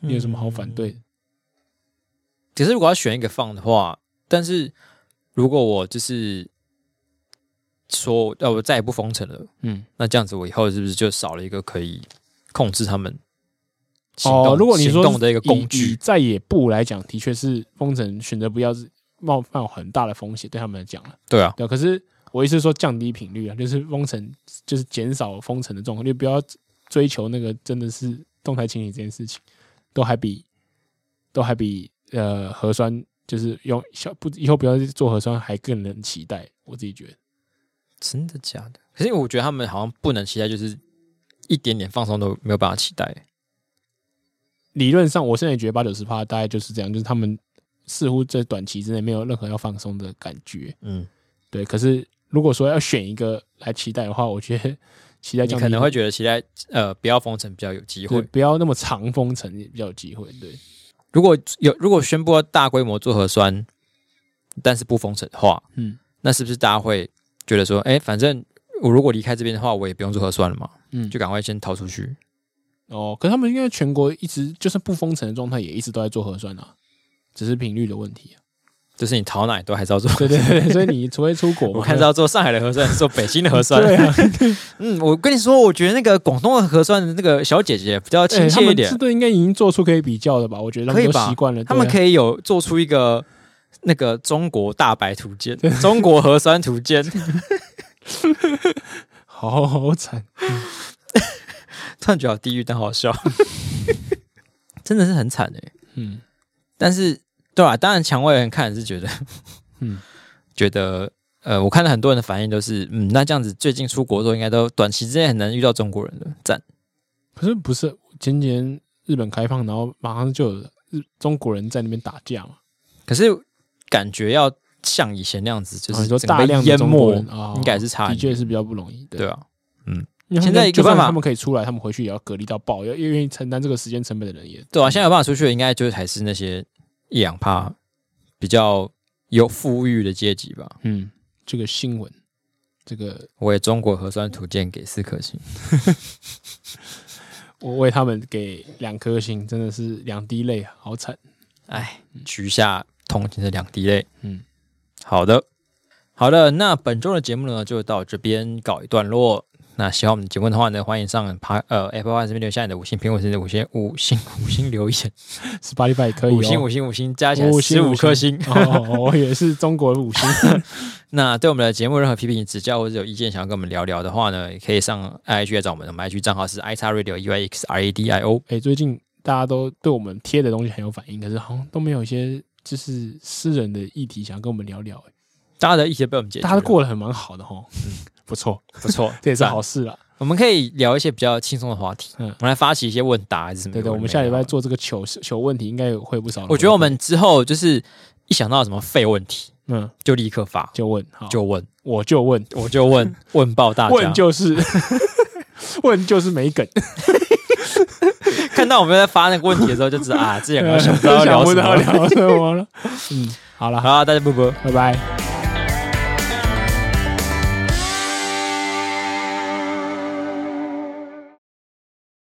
Speaker 2: 你有什么好反对的？
Speaker 1: 可是如果要选一个放的话，但是如果我就是说，呃，我再也不封城了，
Speaker 2: 嗯，
Speaker 1: 那这样子我以后是不是就少了一个可以控制他们行动、
Speaker 2: 哦，如果你说
Speaker 1: 行动的一个工
Speaker 2: 以以
Speaker 1: 具？
Speaker 2: 在野部来讲，的确是封城选择不要是冒犯有很大的风险对他们来讲了，
Speaker 1: 对啊，
Speaker 2: 对啊、可是我意思是说降低频率啊，就是封城就是减少封城的状况，就不要追求那个真的是动态清理这件事情，都还比都还比呃核酸就是用小不以后不要去做核酸还更能期待，我自己觉得。
Speaker 1: 真的假的？可是我觉得他们好像不能期待，就是一点点放松都没有办法期待。
Speaker 2: 理论上，我现在也觉得八九十趴大概就是这样，就是他们似乎在短期之内没有任何要放松的感觉，
Speaker 1: 嗯，
Speaker 2: 对。可是如果说要选一个来期待的话，我觉得期待
Speaker 1: 你
Speaker 2: 降低
Speaker 1: 可能会觉得期待呃不要封城比较有机
Speaker 2: 对
Speaker 1: 会。
Speaker 2: 不要那么长封城也比较有机会。对，
Speaker 1: 如果有如果宣布要大规模做核酸，但是不封城的话，
Speaker 2: 嗯
Speaker 1: 那是不是大家会觉得说，哎，反正我如果离开这边的话，我也不用做核酸了嘛，
Speaker 2: 嗯，
Speaker 1: 就赶快先逃出去？
Speaker 2: 哦，可是他们应该全国一直就算不封城的状态，也一直都在做核酸啊，只是频率的问题、啊。
Speaker 1: 就是你逃哪里都还是要做。
Speaker 2: 对对对，所以你除非出国嘛，
Speaker 1: 我看是要做上海的核酸，还是做北京的核酸。
Speaker 2: 对 啊，
Speaker 1: 嗯，我跟你说，我觉得那个广东的核酸的那个小姐姐比较亲
Speaker 2: 哎他
Speaker 1: 切一
Speaker 2: 们
Speaker 1: 点
Speaker 2: 这，对应该已经做出可以比较的吧？我觉得他们
Speaker 1: 可
Speaker 2: 都
Speaker 1: 以吧
Speaker 2: 习惯了，啊
Speaker 1: 他们
Speaker 2: 以
Speaker 1: 可以有做出一个那个中国大白图鉴、中国核酸图鉴，
Speaker 2: 好 好惨。
Speaker 1: 突然觉得好地狱但好笑，真的是很惨哎、
Speaker 2: 嗯
Speaker 1: 但是对啊，当然蔷薇人看是觉得，
Speaker 2: 嗯
Speaker 1: 嗯，觉得呃，我看到很多人的反应都是，嗯，那这样子最近出国的时候，应该都短期之内很难遇到中国人了，赞。
Speaker 2: 可是不是今年日本开放，然后马上就有日中国人在那边打架嘛？
Speaker 1: 可是感觉要像以前那样子，就是
Speaker 2: 然哦后说
Speaker 1: 整个
Speaker 2: 大
Speaker 1: 被
Speaker 2: 量的
Speaker 1: 淹
Speaker 2: 中国
Speaker 1: 没哦
Speaker 2: 人，啊，
Speaker 1: 应该是差
Speaker 2: 的
Speaker 1: 很多
Speaker 2: 确是比较不容易。
Speaker 1: 对，啊，
Speaker 2: 因为他们
Speaker 1: 现在有
Speaker 2: 就算
Speaker 1: 办法
Speaker 2: 他们可以出来，他们回去也要隔离到爆，要愿意承担这个时间成本的人也
Speaker 1: 对啊，现在有办法出去的，应该就是还是那些一两趴比较有富裕的阶级吧。
Speaker 2: 嗯，这个新闻，这个
Speaker 1: 我也中国核酸图鉴给四颗星，
Speaker 2: 我为他们给两颗星，真的是两滴泪，啊，好惨。
Speaker 1: 哎，取下同情的两滴泪。
Speaker 2: 嗯，
Speaker 1: 好的，好的，那本周的节目呢，就到这边告一段落。那喜欢我们的节目的话呢，欢迎上爬呃 Apple Podcast 这边留下你的五星评论，甚至五星五星五星留言，
Speaker 2: Spotify 也可以、哦，
Speaker 1: 五星五星五星加起来
Speaker 2: 五
Speaker 1: 十
Speaker 2: 星
Speaker 1: 五颗星。
Speaker 2: 哦，我也是中国五星。
Speaker 1: 那对我们的节目任何批评、指教或者有意见想要跟我们聊聊的话呢，也可以上 IG 来找我们，我们 IG 账号是 i x radio e y x r a d i o。
Speaker 2: 哎、最近大家都对我们贴的东西很有反应，可是好像都没有一些就是私人的议题想要跟我们聊聊、哎，
Speaker 1: 大家的意见被我们解决了，
Speaker 2: 大家都过得很蛮好的哈，不错，
Speaker 1: 不错，
Speaker 2: 这也是
Speaker 1: 赞
Speaker 2: 好。事啦。
Speaker 1: 我们可以聊一些比较轻松的话题，
Speaker 2: 嗯
Speaker 1: 我们来发起一些问答还是什么？
Speaker 2: 对对，我们下礼拜。做这个糗事糗问题，应该有会有不少人回馈。
Speaker 1: 我觉得我们之后就是一想到什么废问题，
Speaker 2: 嗯，
Speaker 1: 就立刻发，
Speaker 2: 就问，好，
Speaker 1: 就问，
Speaker 2: 我就问，
Speaker 1: 我就 问，问爆大家。
Speaker 2: 问就是问就是没梗。
Speaker 1: 看到我们在发那个问题的时候，就知道啊，这两个
Speaker 2: 呃
Speaker 1: 想不到要聊
Speaker 2: 想不
Speaker 1: 什
Speaker 2: 到
Speaker 1: 么。
Speaker 2: 聊什么了。嗯，好了，
Speaker 1: 好，大家不不。
Speaker 2: 拜拜。